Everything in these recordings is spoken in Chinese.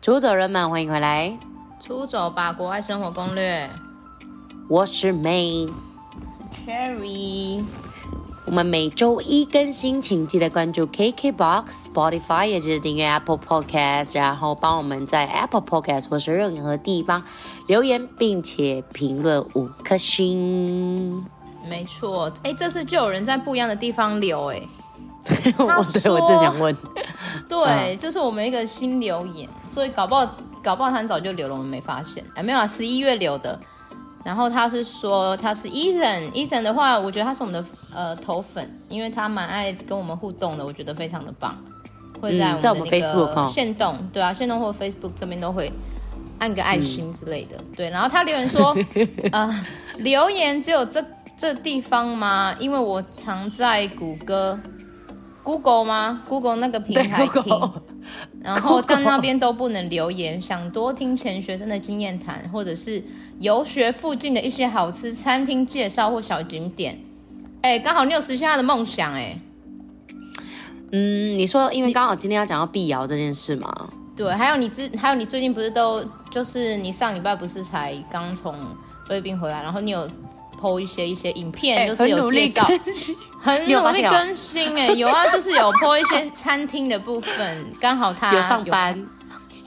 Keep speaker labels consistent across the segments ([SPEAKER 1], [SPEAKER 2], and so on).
[SPEAKER 1] 出走人们，欢迎回来，
[SPEAKER 2] 出走吧，国外生活攻略。
[SPEAKER 1] 我是 May。
[SPEAKER 2] Cherry，
[SPEAKER 1] 我们每周一更新，请记得关注 KKBOX、Spotify，也记得订阅 Apple Podcast，然后帮我们在 Apple Podcast 或是任何地方留言，并且评论五颗星。
[SPEAKER 2] 没错。哎，这次就有人在不一样的地方留哎。
[SPEAKER 1] 我对我正想问，啊
[SPEAKER 2] 对，这是我们一个新留言，所以搞不好搞不好他很早就留了，我们没发现。哎，没有啦，十一月留的。然后他是说他是 Ethan，Ethan 的话，我觉得他是我们的呃头粉，因为他蛮爱跟我们互动的，我觉得非常的棒。会在
[SPEAKER 1] 嗯在我
[SPEAKER 2] 我
[SPEAKER 1] 们
[SPEAKER 2] 们的那
[SPEAKER 1] Facebook 哦
[SPEAKER 2] 个线动，对啊，线动或 Facebook 这边都会按个爱
[SPEAKER 1] 嗯
[SPEAKER 2] 心之类的。对，然后他留 言说， 呃，留言只有这这地方吗？因为我常在谷歌、Google 吗？Google 那个平
[SPEAKER 1] 对
[SPEAKER 2] 台听。
[SPEAKER 1] Google，
[SPEAKER 2] 然后但那边都不能留言，想多听钱学生的经验谈，或者是游学附近的一些好吃餐厅介绍或小景点。哎，刚好你有实现他的梦想哎，
[SPEAKER 1] 嗯，你说因为刚好今天要讲到碧瑶这件事嘛，
[SPEAKER 2] 对，还有你之还有你最近不是都就是你上礼拜不是才刚从菲律宾回来，然后你有 PO 一些一些影片，
[SPEAKER 1] 哎
[SPEAKER 2] 就是有介绍，
[SPEAKER 1] 更新，
[SPEAKER 2] 很
[SPEAKER 1] 你有
[SPEAKER 2] 努
[SPEAKER 1] 发
[SPEAKER 2] 力
[SPEAKER 1] 现哦
[SPEAKER 2] 更新哎，有啊，就是有 PO 一些餐厅的部分，刚好他
[SPEAKER 1] 有上班，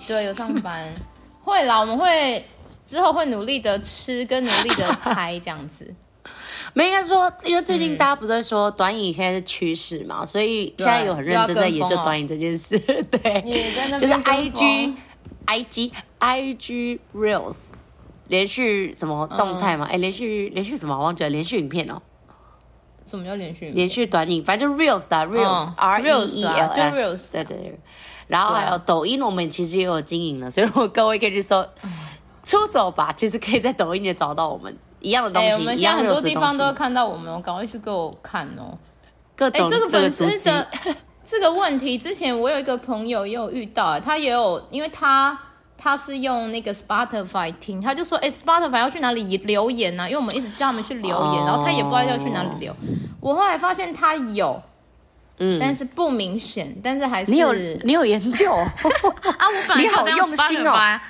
[SPEAKER 2] 对，有上班， 会啦，我们会之后会努力的吃，跟努力的拍这样子。
[SPEAKER 1] 没应该说，因为最近
[SPEAKER 2] 嗯
[SPEAKER 1] 大家不是在说短影现在是趋势嘛，所以现在有很认真在研究短影这件事， 对，
[SPEAKER 2] 你在那边
[SPEAKER 1] 就是
[SPEAKER 2] 跟风
[SPEAKER 1] I G I G I G Reels 连续什么动态
[SPEAKER 2] 嗯
[SPEAKER 1] 嘛？哎、连续连续什么？我忘记了，连续影片哦，
[SPEAKER 2] 什么叫连续？
[SPEAKER 1] 连续短影，反正就 Reels 的 Reels、
[SPEAKER 2] 嗯
[SPEAKER 1] R E E
[SPEAKER 2] Reels 的
[SPEAKER 1] L
[SPEAKER 2] 啊
[SPEAKER 1] S，,
[SPEAKER 2] 就 Reels 啊
[SPEAKER 1] 对对对。然后
[SPEAKER 2] 对啊
[SPEAKER 1] 还有抖音，我们其实也有经营了，所以如果各位可以去搜
[SPEAKER 2] 嗯
[SPEAKER 1] “出走吧”，其实可以在抖音也找到我们一样的东
[SPEAKER 2] 哎、
[SPEAKER 1] 西，
[SPEAKER 2] 我们
[SPEAKER 1] 一
[SPEAKER 2] 现在
[SPEAKER 1] 样
[SPEAKER 2] 很多
[SPEAKER 1] Reels 的
[SPEAKER 2] 地方都
[SPEAKER 1] 东
[SPEAKER 2] 会
[SPEAKER 1] 西
[SPEAKER 2] 看到我们，我赶快去给我看哦。
[SPEAKER 1] 各
[SPEAKER 2] 哎、
[SPEAKER 1] 种
[SPEAKER 2] 这
[SPEAKER 1] 各个
[SPEAKER 2] 个粉
[SPEAKER 1] 足
[SPEAKER 2] 丝
[SPEAKER 1] 迹。
[SPEAKER 2] 的 这个问题，之前我有一个朋友也有遇到、哎他也有，因为他他是用那个 Spotify 听，他就说，哎、s p o t i f y 要去哪里留言啊呢、因为我们一直叫他们去留言，
[SPEAKER 1] 哦
[SPEAKER 2] 然后他也不知道要去哪里留。我后来发现他有，
[SPEAKER 1] 嗯
[SPEAKER 2] 但是不明显，但是还是
[SPEAKER 1] 你有你有研 究？
[SPEAKER 2] 啊，我本来就有
[SPEAKER 1] 你好
[SPEAKER 2] 这样
[SPEAKER 1] 用心哦
[SPEAKER 2] Spotify 啊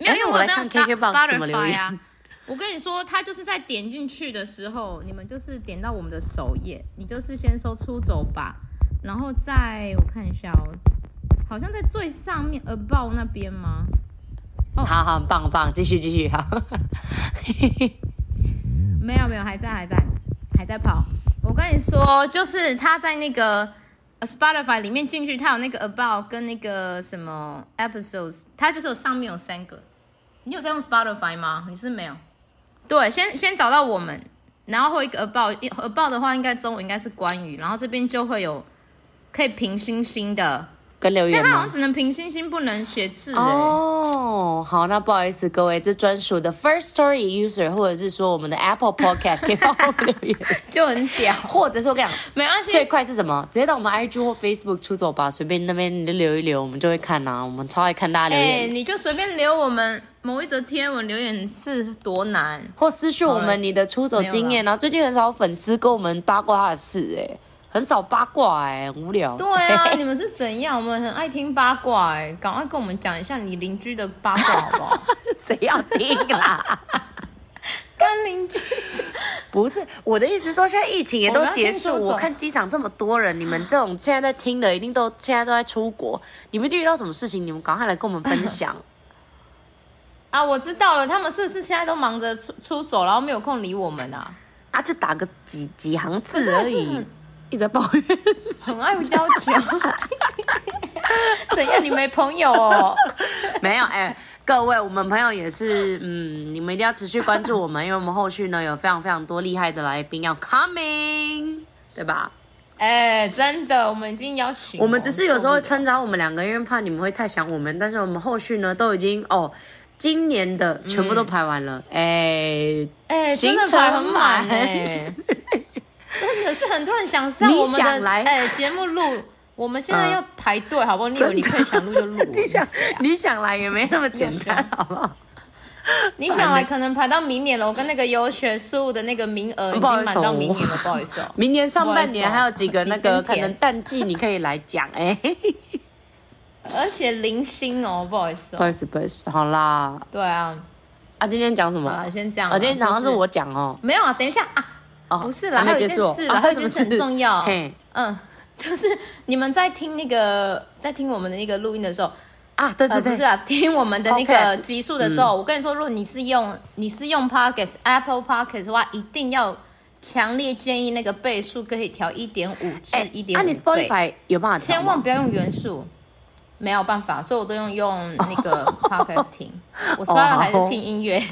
[SPEAKER 2] 没
[SPEAKER 1] 哎
[SPEAKER 2] 有，因为
[SPEAKER 1] 那我
[SPEAKER 2] 有
[SPEAKER 1] 来
[SPEAKER 2] 这样
[SPEAKER 1] 看 KKBOX 怎么留
[SPEAKER 2] Spotify
[SPEAKER 1] 言
[SPEAKER 2] 啊。我跟你说，他就是在点进去的时候，你们就是点到我们的首页，你就是先搜“出走吧”，然后再我看一下哦，好像在最上面 About 那边吗？哦
[SPEAKER 1] 好好，很棒很棒，继续继续，好。
[SPEAKER 2] 没有没有，还在还在还在跑。我跟你说，就是他在那个呃 Spotify 里面进去，他有那个 About 跟那个什么 Episodes，他就是有上面有三个。你有在用 Spotify 吗？你是没有？对，先先找到我们，然后会一个 About About 的话，应该中文应该是关于，然后这边就会有可以评星星的，
[SPEAKER 1] 跟留
[SPEAKER 2] 但
[SPEAKER 1] 言
[SPEAKER 2] 他好
[SPEAKER 1] 吗
[SPEAKER 2] 像？只能评星星，不能写字、欸。
[SPEAKER 1] 哦，好，那不好意思各位，这专属的 First Story user 或者是说我们的 Apple Podcast 可以帮我们留言，
[SPEAKER 2] 欸就很屌，
[SPEAKER 1] 或者是我跟你讲，
[SPEAKER 2] 没关系，
[SPEAKER 1] 最快是什么？直接到我们 IG 或 Facebook 出走吧，随便那边你就留一留，我们就会看呐、我们超爱看大家留
[SPEAKER 2] 哎、
[SPEAKER 1] 言。
[SPEAKER 2] 你就随便留我们某一则贴文留言是多难？
[SPEAKER 1] 或私讯我
[SPEAKER 2] 好了
[SPEAKER 1] 们你的出走经验啊！最近很少粉丝跟我们八卦他的事、哎，很少八卦、哎，很无聊。
[SPEAKER 2] 对 啊，你们是怎样？我们很爱听八卦、哎，赶快跟我们讲一下你邻居的八卦好不好？
[SPEAKER 1] 谁要 听 啦？
[SPEAKER 2] 跟邻居，
[SPEAKER 1] 不是我的意思是说，现在疫情也都结束，
[SPEAKER 2] 我们要听出走
[SPEAKER 1] 我看机场这么多人，你们这种现在在听的，一定都现在都在出国，你们遇到什么事情，你们赶快来跟我们分 享。
[SPEAKER 2] 啊，我知道了，他们是不是现在都忙着出出走，然后没有空理我 们啊？
[SPEAKER 1] 啊，就打个几几行字
[SPEAKER 2] 是他
[SPEAKER 1] 而
[SPEAKER 2] 是
[SPEAKER 1] 已
[SPEAKER 2] 很，
[SPEAKER 1] 一直在抱怨。
[SPEAKER 2] 很爱要 求，怎样？你没朋友哦？
[SPEAKER 1] 没有，哎、各位，我们朋友也是，嗯，你们一定要持续关注我们，因为我们后续呢有非常非常多厉害的来宾要 coming，对吧？
[SPEAKER 2] 哎、真的，我们已经邀请了，
[SPEAKER 1] 我们只是有时候
[SPEAKER 2] 受
[SPEAKER 1] 会
[SPEAKER 2] 不了
[SPEAKER 1] 穿插我们两个，因为怕你们会太想我们，但是我们后续呢都已经哦，今年的全部都排完了，哎、
[SPEAKER 2] 哎、真
[SPEAKER 1] 行
[SPEAKER 2] 的
[SPEAKER 1] 程
[SPEAKER 2] 排很满
[SPEAKER 1] 满
[SPEAKER 2] 哎、真的是很多人想上
[SPEAKER 1] 你
[SPEAKER 2] 我们
[SPEAKER 1] 想
[SPEAKER 2] 的
[SPEAKER 1] 来
[SPEAKER 2] 哎节、目录，我们现
[SPEAKER 1] 嗯
[SPEAKER 2] 在要排队好不好？你以为你可以想录 就录，
[SPEAKER 1] 你想
[SPEAKER 2] 是谁啊
[SPEAKER 1] 你想来也没那么简单，好不好？
[SPEAKER 2] 你想来可能排到明年了，我跟那个优学事务的那个名额已
[SPEAKER 1] 不
[SPEAKER 2] 经
[SPEAKER 1] 好意思
[SPEAKER 2] 满
[SPEAKER 1] 哦
[SPEAKER 2] 到明年了，不好意思哦、
[SPEAKER 1] 明年上半年
[SPEAKER 2] 不好意思哦
[SPEAKER 1] 还有几个那
[SPEAKER 2] 你
[SPEAKER 1] 个
[SPEAKER 2] 先
[SPEAKER 1] 可
[SPEAKER 2] 填
[SPEAKER 1] 能淡季，你可以来讲，哎、
[SPEAKER 2] 而且零星哦，不好意 思
[SPEAKER 1] 不
[SPEAKER 2] 哦。
[SPEAKER 1] 好意思，不好意思，好啦，
[SPEAKER 2] 对啊，
[SPEAKER 1] 啊，今天讲什么？
[SPEAKER 2] 好了，先这样啦。
[SPEAKER 1] 啊，今天早上是
[SPEAKER 2] 就是
[SPEAKER 1] 我讲哦，
[SPEAKER 2] 没有啊，等一下啊，
[SPEAKER 1] 哦，
[SPEAKER 2] 不是啦，
[SPEAKER 1] 还
[SPEAKER 2] 还
[SPEAKER 1] 没
[SPEAKER 2] 有
[SPEAKER 1] 结
[SPEAKER 2] 一件
[SPEAKER 1] 束哦，
[SPEAKER 2] 事啦，
[SPEAKER 1] 啊，
[SPEAKER 2] 还有一
[SPEAKER 1] 什
[SPEAKER 2] 件
[SPEAKER 1] 么
[SPEAKER 2] 事
[SPEAKER 1] 事
[SPEAKER 2] 很重要。
[SPEAKER 1] 嘿，
[SPEAKER 2] 嗯， 就是你们在听那个在听我们的那个录音的时候，
[SPEAKER 1] 啊，对对
[SPEAKER 2] 呃，不
[SPEAKER 1] 对
[SPEAKER 2] 是，啊， 听我们的那个
[SPEAKER 1] Podcast 嗯
[SPEAKER 2] 集数的时候，我跟你说，如果你是用你是用 Pockets Apple Pockets 的话，一定要强烈建议那个倍数可以调一点五至
[SPEAKER 1] 哎
[SPEAKER 2] 一点
[SPEAKER 1] 啊，
[SPEAKER 2] 五
[SPEAKER 1] 你
[SPEAKER 2] 倍，
[SPEAKER 1] Spotify 有办法调
[SPEAKER 2] 千
[SPEAKER 1] 吗
[SPEAKER 2] 万不要用元素。没有办法，所以我都用用 那个 Pockets 听，我
[SPEAKER 1] 哦
[SPEAKER 2] s p o 还是
[SPEAKER 1] 好哦
[SPEAKER 2] 听音乐。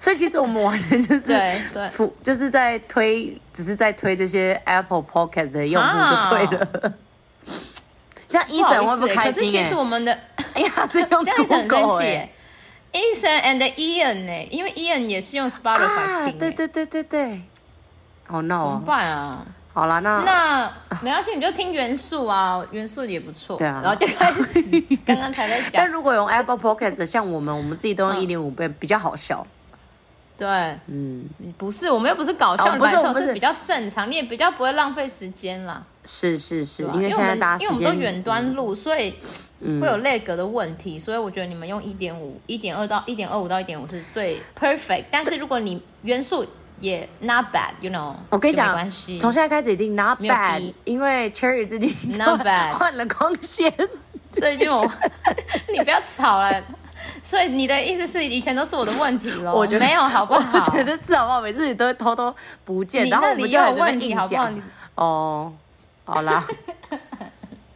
[SPEAKER 1] 所以其实我们完全就是
[SPEAKER 2] 对对，
[SPEAKER 1] 服，就是在推，只是在推这些 Apple Podcast 的用户
[SPEAKER 2] 啊
[SPEAKER 1] 就对了。 这样伊
[SPEAKER 2] 不好
[SPEAKER 1] 等
[SPEAKER 2] 意
[SPEAKER 1] 会
[SPEAKER 2] 思
[SPEAKER 1] 不会不开
[SPEAKER 2] 可是
[SPEAKER 1] 心
[SPEAKER 2] 其
[SPEAKER 1] 哎、
[SPEAKER 2] 实我们的
[SPEAKER 1] 哎呀， 他是用
[SPEAKER 2] 这样子很
[SPEAKER 1] Google 哎、
[SPEAKER 2] 生气欸耶。Ethan and Ian 呢？因为 Ian 也是用 Spotify
[SPEAKER 1] 啊，
[SPEAKER 2] 听，欸
[SPEAKER 1] 对，对对对对，好闹
[SPEAKER 2] 怎么
[SPEAKER 1] 哦。
[SPEAKER 2] 办啊？
[SPEAKER 1] 好啦，那
[SPEAKER 2] 那没关系，你就听元素啊，元素也不错。
[SPEAKER 1] 啊对啊
[SPEAKER 2] 然后就开始， 刚刚才在
[SPEAKER 1] 但
[SPEAKER 2] 讲，
[SPEAKER 1] 如果用 Apple Podcast 的，像我们，我们自己都用
[SPEAKER 2] 嗯
[SPEAKER 1] 一点五倍，比较好笑。
[SPEAKER 2] 对，
[SPEAKER 1] 嗯，
[SPEAKER 2] 不是，我们又不是搞
[SPEAKER 1] 哦
[SPEAKER 2] 笑，
[SPEAKER 1] 不是
[SPEAKER 2] 白痴
[SPEAKER 1] 我们不是
[SPEAKER 2] 是比较正常，你也比较不会浪费时间啦。
[SPEAKER 1] 是是是，
[SPEAKER 2] 对吧
[SPEAKER 1] 因为现
[SPEAKER 2] 我
[SPEAKER 1] 在
[SPEAKER 2] 们
[SPEAKER 1] 大家
[SPEAKER 2] 因为
[SPEAKER 1] 时
[SPEAKER 2] 我们都
[SPEAKER 1] 间
[SPEAKER 2] 远端录，所以
[SPEAKER 1] 嗯
[SPEAKER 2] 会有内格的问题，所以我觉得你们用一点五、一点二到一点二五到一点五是最 perfect。但是如果你元素也 not bad，you know，
[SPEAKER 1] 我跟你
[SPEAKER 2] 就
[SPEAKER 1] 讲
[SPEAKER 2] 没关系，
[SPEAKER 1] 从现在开始一定 not
[SPEAKER 2] 没有
[SPEAKER 1] bad，
[SPEAKER 2] 逼
[SPEAKER 1] 因为 Cherry 最近
[SPEAKER 2] Not bad
[SPEAKER 1] 换了光线，
[SPEAKER 2] 最 近我，你不要吵了。所以你的意思是以前都是我的问题咯？
[SPEAKER 1] 我觉得
[SPEAKER 2] 哦没有，好不好？
[SPEAKER 1] 我觉得是好不好？每次你都会偷偷不见，
[SPEAKER 2] 你
[SPEAKER 1] 然后
[SPEAKER 2] 那
[SPEAKER 1] 我
[SPEAKER 2] 里
[SPEAKER 1] 们
[SPEAKER 2] 也
[SPEAKER 1] 就
[SPEAKER 2] 有
[SPEAKER 1] 很在
[SPEAKER 2] 问
[SPEAKER 1] 那边
[SPEAKER 2] 题，
[SPEAKER 1] 硬
[SPEAKER 2] 好不好？
[SPEAKER 1] 讲
[SPEAKER 2] 你
[SPEAKER 1] 哦。好 啦，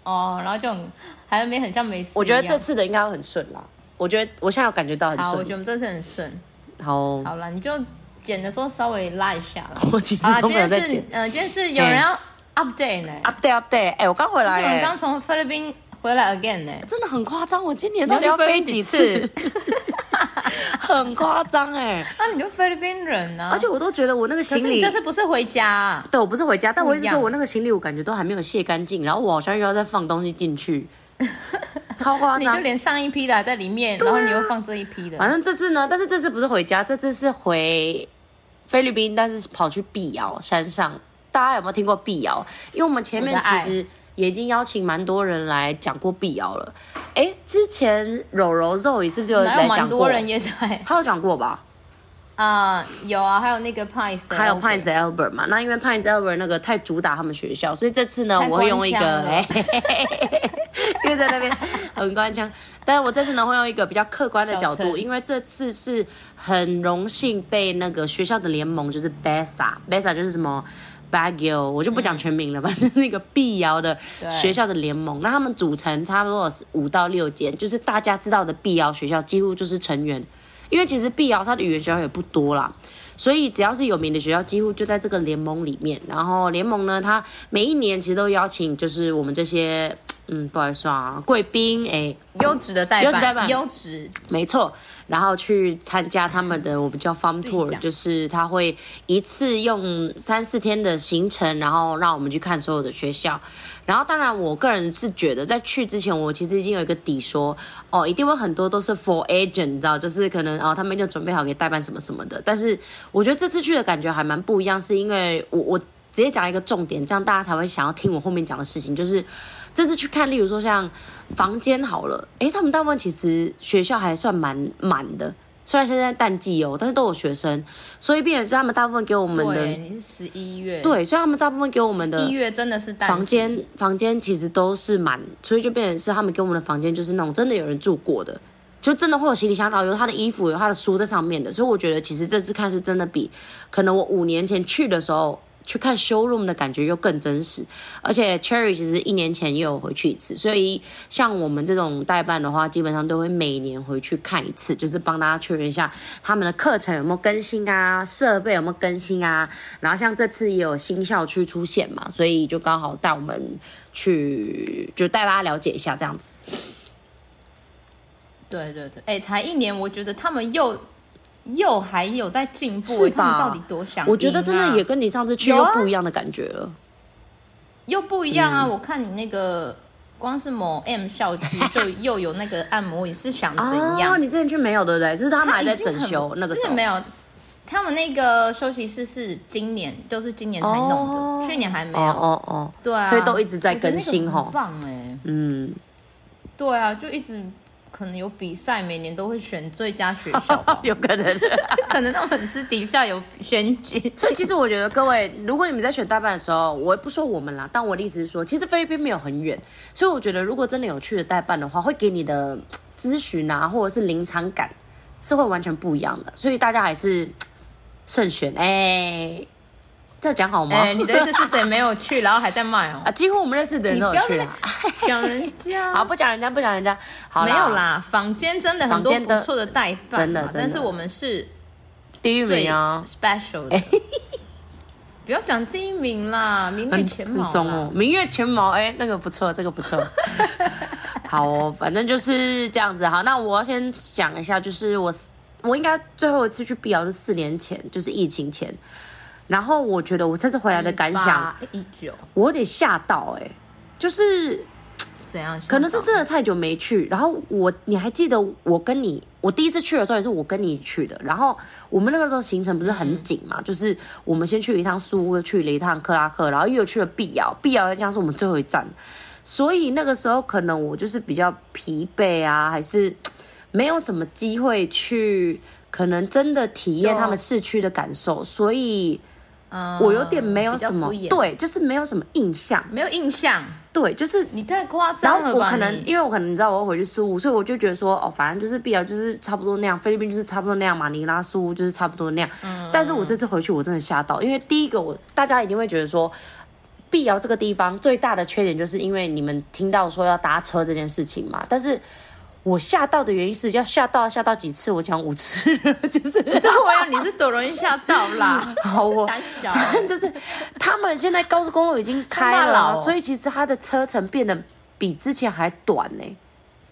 [SPEAKER 2] 哦，然后就很还没很像没事一样。
[SPEAKER 1] 我觉得这次的应该会很顺啦。我觉得我现在有感觉到很
[SPEAKER 2] 好，我觉得
[SPEAKER 1] 顺。
[SPEAKER 2] 我们这次很顺。
[SPEAKER 1] 好哦，
[SPEAKER 2] 好了，你就剪的时候稍微拉一下啦。
[SPEAKER 1] 我其实
[SPEAKER 2] 好啦，
[SPEAKER 1] 都
[SPEAKER 2] 今
[SPEAKER 1] 没有
[SPEAKER 2] 天
[SPEAKER 1] 在剪
[SPEAKER 2] 是。呃，今天是有人要 update 呢、
[SPEAKER 1] update update，哎，我刚回来
[SPEAKER 2] 有人
[SPEAKER 1] 哎
[SPEAKER 2] 刚，从菲律宾回来 again 呢、
[SPEAKER 1] 真的很夸张。我今年
[SPEAKER 2] 你
[SPEAKER 1] 到
[SPEAKER 2] 要
[SPEAKER 1] 底要
[SPEAKER 2] 去菲律
[SPEAKER 1] 飞
[SPEAKER 2] 宾
[SPEAKER 1] 几
[SPEAKER 2] 几
[SPEAKER 1] 次
[SPEAKER 2] 次？
[SPEAKER 1] 很夸张 哎，
[SPEAKER 2] 那、啊你就菲律宾人呢、啊？
[SPEAKER 1] 而且我都觉得我那个
[SPEAKER 2] 可
[SPEAKER 1] 行
[SPEAKER 2] 是你
[SPEAKER 1] 李
[SPEAKER 2] 这，次不是回家、啊？
[SPEAKER 1] 对我不是回家，但我一
[SPEAKER 2] 不
[SPEAKER 1] 直
[SPEAKER 2] 一样
[SPEAKER 1] 说我那个行李我感觉都还没有卸干净，然后我好像又要再放东西进去，超夸
[SPEAKER 2] 你就
[SPEAKER 1] 张。
[SPEAKER 2] 连上一批的还在里面，然后你又放这一批的，
[SPEAKER 1] 啊反正这次呢，但是这次不是回家，这次是回菲律宾，但是跑去碧瑶山上。大家有没有听过碧瑶？因为我们前面
[SPEAKER 2] 我的
[SPEAKER 1] 其
[SPEAKER 2] 爱
[SPEAKER 1] 实也已经邀请蛮多人来讲过碧瑶了。哎、之前柔柔肉也是不是有
[SPEAKER 2] 哪
[SPEAKER 1] 来
[SPEAKER 2] 有
[SPEAKER 1] 讲
[SPEAKER 2] 蛮
[SPEAKER 1] 过
[SPEAKER 2] 多？人也在
[SPEAKER 1] 他有讲过吧？
[SPEAKER 2] 啊、有啊，还有那个 Pines 的，
[SPEAKER 1] 还有 Pines Albert 嘛？那因为 Pines Albert 那个太主打他们学校，所以这次呢，
[SPEAKER 2] 太
[SPEAKER 1] 我会用一个，
[SPEAKER 2] 官腔了
[SPEAKER 1] 哎、嘿嘿嘿嘿嘿 因为在那边很官腔，但是我这次呢会用一个比较客观的角
[SPEAKER 2] 小
[SPEAKER 1] 度，
[SPEAKER 2] 陈
[SPEAKER 1] 因为这次是很荣幸被那个学校的联盟，就是 BESA，BESA 就是什么。Baguio，我就不讲全名了，反正是一个碧瑶的
[SPEAKER 2] 对
[SPEAKER 1] 学校的联盟。那他们组成差不多是五到六间，就是大家知道的碧瑶学校，几乎就是成员。因为其实碧瑶它的语言学校也不多啦，所以只要是有名的学校，几乎就在这个联盟里面。然后联盟呢，它每一年其实都邀请，就是我们这些，嗯，不好意思啊，贵宾，哎、
[SPEAKER 2] 优质的代
[SPEAKER 1] 优质代办
[SPEAKER 2] 办，优质
[SPEAKER 1] 没错，然后去参加他们的我们叫 farm
[SPEAKER 2] 己
[SPEAKER 1] tour，
[SPEAKER 2] 讲
[SPEAKER 1] 就是他会一次用三四天的行程，然后让我们去看所有的学校。然后当然，我个人是觉得在去之前，我其实已经有一个底说，哦，一定会很多都是 for agent，你知道，就是可能哦，他们就准备好给代办什么什么的。但是我觉得这次去的感觉还蛮不一样，是因为我我。直接讲一个重点，这样大家才会想要听我后面讲的事情。就是这次去看，例如说像房间好了，诶，他们大部分其实学校还算蛮满的，虽然现在淡季哦，但是都有学生，所以变成是他们大部分给我们
[SPEAKER 2] 对，
[SPEAKER 1] 的
[SPEAKER 2] 你是十一月，，
[SPEAKER 1] 对，所以他们大部分给我们的
[SPEAKER 2] 一月真的是淡季
[SPEAKER 1] 房间房间其实都是满，所以就变成是他们给我们的房间就是那种真的有人住过的，就真的会有行李箱，然后有他的衣服，有他的书在上面的。所以我觉得其实这次看是真的比可能我五年前去的时候。去看 showroom 的感觉又更真实，而且 Cherry 其实一年前也有回去一次，所以像我们这种代办的话，基本上都会每年回去看一次，就是帮大家确认一下他们的课程有没有更新啊，设备有没有更新啊。然后像这次也有新校区出现嘛，所以就刚好带我们去，就带大家了解一下这样子。
[SPEAKER 2] 对对对，哎、才一年，我觉得他们又又还有在进步、哎
[SPEAKER 1] 是吧
[SPEAKER 2] 他们到底多想、
[SPEAKER 1] 我觉得真的也。跟你上次去
[SPEAKER 2] 有
[SPEAKER 1] 又
[SPEAKER 2] 啊
[SPEAKER 1] 不一样的感觉了。
[SPEAKER 2] 又不一样啊！
[SPEAKER 1] 嗯
[SPEAKER 2] 我看你那个光是某 M 校 区就又有那个按摩椅，是想怎样？
[SPEAKER 1] 啊你之前去没有对不对？就是他
[SPEAKER 2] 他
[SPEAKER 1] 们还
[SPEAKER 2] 已
[SPEAKER 1] 在
[SPEAKER 2] 经
[SPEAKER 1] 整
[SPEAKER 2] 很
[SPEAKER 1] 修那个时
[SPEAKER 2] 真
[SPEAKER 1] 候
[SPEAKER 2] 的没。有。他们那个休息室是今年，就是今年才弄的，
[SPEAKER 1] 哦
[SPEAKER 2] 去年还没
[SPEAKER 1] 哦
[SPEAKER 2] 有。
[SPEAKER 1] 哦哦，
[SPEAKER 2] 对啊，
[SPEAKER 1] 所以都一直在更新
[SPEAKER 2] 我觉得那个
[SPEAKER 1] 吼
[SPEAKER 2] 很棒哎、
[SPEAKER 1] 嗯，，
[SPEAKER 2] 对啊，就一直可能有比赛，每年都会选最佳学校吧
[SPEAKER 1] 有可能。
[SPEAKER 2] 可能那种粉丝底下有选举。
[SPEAKER 1] 所以其实我觉得各位，如果你们在选大班的时候，我不说我们啦，但我的意思是说，其实菲律宾没有很远，所以我觉得如果真的有去了代办的话，会给你的嘖咨询啊，或者是临场感是会完全不一样的，所以大家还是嘖慎选。哎、这讲好吗？
[SPEAKER 2] 哎、你的意思是谁没有去，然后还在卖哦
[SPEAKER 1] 啊，？几乎我们认识的人
[SPEAKER 2] 你
[SPEAKER 1] 都
[SPEAKER 2] 不
[SPEAKER 1] 有
[SPEAKER 2] 要在
[SPEAKER 1] 去
[SPEAKER 2] 那
[SPEAKER 1] 啦。
[SPEAKER 2] 讲人家
[SPEAKER 1] 好，不讲人家，不讲人家，好
[SPEAKER 2] 没有，啦，坊间真的很
[SPEAKER 1] 坊
[SPEAKER 2] 多
[SPEAKER 1] 间
[SPEAKER 2] 不
[SPEAKER 1] 的
[SPEAKER 2] 错的代办嘛，
[SPEAKER 1] 真的真的
[SPEAKER 2] 但是我们是
[SPEAKER 1] 第一
[SPEAKER 2] 最
[SPEAKER 1] 名啊，
[SPEAKER 2] special 的。 不要讲第一名啦，名列
[SPEAKER 1] 很
[SPEAKER 2] 前茅
[SPEAKER 1] 很松
[SPEAKER 2] 啦
[SPEAKER 1] 哦，明月前茅，哎、那个不错，这个不错。 好哦，反正就是这样子。好，那我要先讲一下，就是我我应该最后一次去碧瑶是四年前，就是疫情前。然后我觉得我这次回来的感想，
[SPEAKER 2] 一九
[SPEAKER 1] 我有点吓到哎、就是
[SPEAKER 2] 怎样？
[SPEAKER 1] 可能是真的太久没去。然后我，你还记得我跟你，我第一次去的时候也是我跟你去的。然后我们那个时候行程不是很紧嘛，就是我们先去了一趟苏屋，又去了一趟克拉克，然后又去了碧瑶，碧瑶像是我们最后一站。所以那个时候可能我就是比较疲惫啊，还是没有什么机会去，可能真的体验他们
[SPEAKER 2] 就
[SPEAKER 1] 市区的感受，所以
[SPEAKER 2] 嗯
[SPEAKER 1] 我有点没哦有
[SPEAKER 2] 比较
[SPEAKER 1] 什么
[SPEAKER 2] 敷衍，
[SPEAKER 1] 对，就是没有什么印象，
[SPEAKER 2] 没有印象，
[SPEAKER 1] 对，就是
[SPEAKER 2] 你太夸
[SPEAKER 1] 然
[SPEAKER 2] 张
[SPEAKER 1] 后
[SPEAKER 2] 了
[SPEAKER 1] 我
[SPEAKER 2] 吧？
[SPEAKER 1] 可 能
[SPEAKER 2] 你
[SPEAKER 1] 因为我可能你知道我会回去苏屋，所以我就觉得说哦，反正就是必要就是差不多那样，菲律宾就是差不多那样，马尼拉苏屋就是差不多那样。
[SPEAKER 2] 嗯
[SPEAKER 1] 但是我这次回去我真的吓到，因为第一个我大家一定会觉得说。碧瑶这个地方最大的缺点，就是因为你们听到说要搭车这件事情嘛。但是我吓到的原因是要吓到吓到几次，我讲五次， 就是
[SPEAKER 2] 对啊，你是多容易吓到啦，
[SPEAKER 1] 好我
[SPEAKER 2] 胆小。
[SPEAKER 1] 反正 就是他们现在高速公路已经开
[SPEAKER 2] 他骂
[SPEAKER 1] 了，
[SPEAKER 2] 老
[SPEAKER 1] 所以其实它的车程变得比之前还短呢、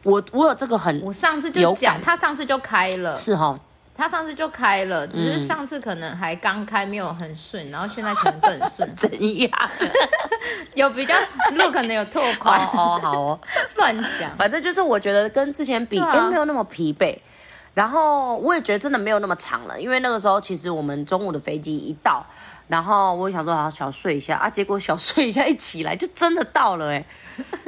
[SPEAKER 1] 我我有这个很
[SPEAKER 2] 我上次
[SPEAKER 1] 有
[SPEAKER 2] 就
[SPEAKER 1] 感
[SPEAKER 2] 讲，他上次就开了，
[SPEAKER 1] 是哈，，
[SPEAKER 2] 他上次就开了，只是上次可能还刚开，没有很顺，然后现在可能更顺
[SPEAKER 1] 怎样？
[SPEAKER 2] 有比较路可能有 拓
[SPEAKER 1] 哦
[SPEAKER 2] 宽，
[SPEAKER 1] 哦好哦，
[SPEAKER 2] 乱讲。
[SPEAKER 1] 反正就是我觉得跟之前比，
[SPEAKER 2] 对
[SPEAKER 1] 哎、
[SPEAKER 2] 啊
[SPEAKER 1] 没有那么疲惫。然后我也觉得真的没有那么长了，因为那个时候其实我们中午的飞机一到，然后我想说好小睡一下啊，结果小睡一下一起来就真的到了哎、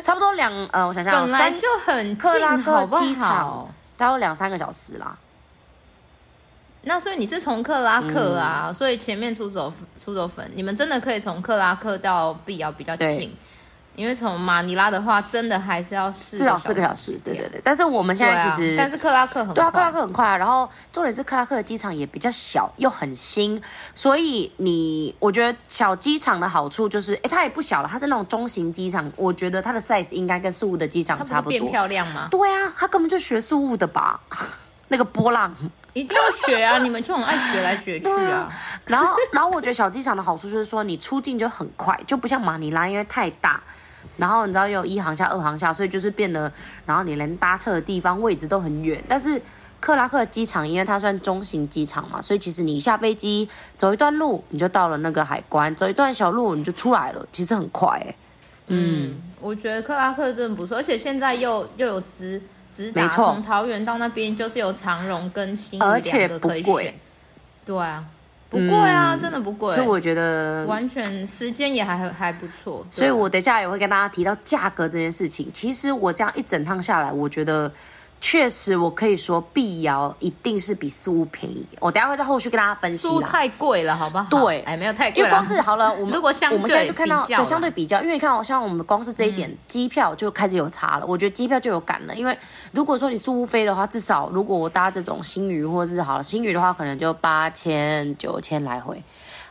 [SPEAKER 1] 差不多两呃我想想
[SPEAKER 2] 本来
[SPEAKER 1] 三
[SPEAKER 2] 就很
[SPEAKER 1] 克拉
[SPEAKER 2] 近，好
[SPEAKER 1] 克
[SPEAKER 2] 不
[SPEAKER 1] 机
[SPEAKER 2] 好
[SPEAKER 1] 场？大概两三个小时啦，
[SPEAKER 2] 那所以你是从克拉克啊，
[SPEAKER 1] 嗯
[SPEAKER 2] 所以前面出走出走粉，你们真的可以从克拉克到碧瑶比较近
[SPEAKER 1] 对，
[SPEAKER 2] 因为从马尼拉的话，真的还是要四
[SPEAKER 1] 至少四个小时，对对对。但是我们现在其实，
[SPEAKER 2] 对啊但是克拉克很
[SPEAKER 1] 对啊，克
[SPEAKER 2] 快
[SPEAKER 1] 拉克很快啊。然后重点是克拉克的机场也比较小，又很新，所以你我觉得小机场的好处就是，哎，它也不小了，它是那种中型机场，我觉得它的 size 应该跟宿务的机场
[SPEAKER 2] 它不
[SPEAKER 1] 差
[SPEAKER 2] 是
[SPEAKER 1] 不
[SPEAKER 2] 变
[SPEAKER 1] 多。
[SPEAKER 2] 漂亮吗？
[SPEAKER 1] 对啊，它根本就学宿务的吧， 那个波浪。
[SPEAKER 2] 一定要学啊！你们就很爱学来学去啊，
[SPEAKER 1] 然后，然后我觉得小机场的好处就是说，你出境就很快，就不像马尼拉因为太大，然后你知道有一航下、二航下，所以就是变得，然后你连搭车的地方位置都很远。但是克拉克机场，因为它算中型机场嘛，所以其实你一下飞机走一段路，你就到了那个海关，走一段小路你就出来了，其实很快、欸。
[SPEAKER 2] 嗯，我觉得克拉克真的不错，而且现在又又有直直
[SPEAKER 1] 没
[SPEAKER 2] 达，
[SPEAKER 1] 错
[SPEAKER 2] 从桃园到那边就是有长荣跟新，
[SPEAKER 1] 而且
[SPEAKER 2] 两个可以
[SPEAKER 1] 不贵
[SPEAKER 2] 选，对啊，不贵啊，
[SPEAKER 1] 嗯
[SPEAKER 2] 真的不贵，
[SPEAKER 1] 所以我觉得
[SPEAKER 2] 完全时间也还还不错，对啊
[SPEAKER 1] 所以我等一下也会跟大家提到价格这件事情。其实我这样一整趟下来，我觉得确实我可以说碧瑶一定是比苏屋便宜。我等一下会在后续跟大家分析
[SPEAKER 2] 蔬
[SPEAKER 1] 啦。
[SPEAKER 2] 菜贵了，好不好？
[SPEAKER 1] 对
[SPEAKER 2] 哎，没有太
[SPEAKER 1] 因
[SPEAKER 2] 贵
[SPEAKER 1] 为
[SPEAKER 2] 了
[SPEAKER 1] 光。是好了，我们
[SPEAKER 2] 如果相对
[SPEAKER 1] 我们现在就看到
[SPEAKER 2] 比较
[SPEAKER 1] 对
[SPEAKER 2] 嗯啦
[SPEAKER 1] 相对比较，因为你看，哦像我们光是这一点，机票就开始有差了。我觉得机票就有感了，因为如果说你苏屋飞的话，至少如果我搭这种新宇或者是好了新宇的话，可能就八千九千来回。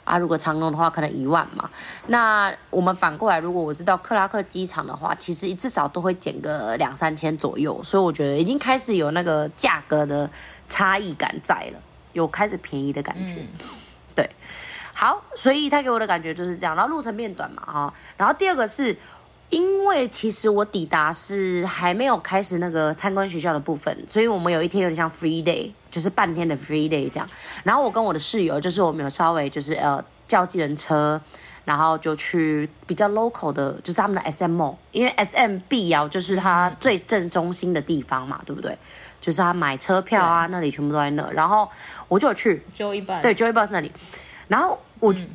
[SPEAKER 1] 啊，如果长隆的话，可能一万嘛。那我们反过来，如果我是到克拉克机场的话，其实至少都会减个两三千左右，所以我觉得已经开始有那个价格的差异感在了，有开始便宜的感觉。对，好，所以他给我的感觉就是这样。然后路程变短嘛，哈、然后第二个是。因为其实我抵达是还没有开始那个参观学校的部分，所以我们有一天有点像 free day，就是半天的 free day 这样。然后我跟我的室友，就是我们有稍微就是呃叫计程车，然后就去比较 local 的，就是他们的 SM mall，因为 SM 碧瑶啊就是它最正中心的地方嘛，对不对？就是他买车票啊，那里全部都在那。然后我就有去，
[SPEAKER 2] 就一般，
[SPEAKER 1] 对 Joy Boss 那里，然后我、
[SPEAKER 2] 嗯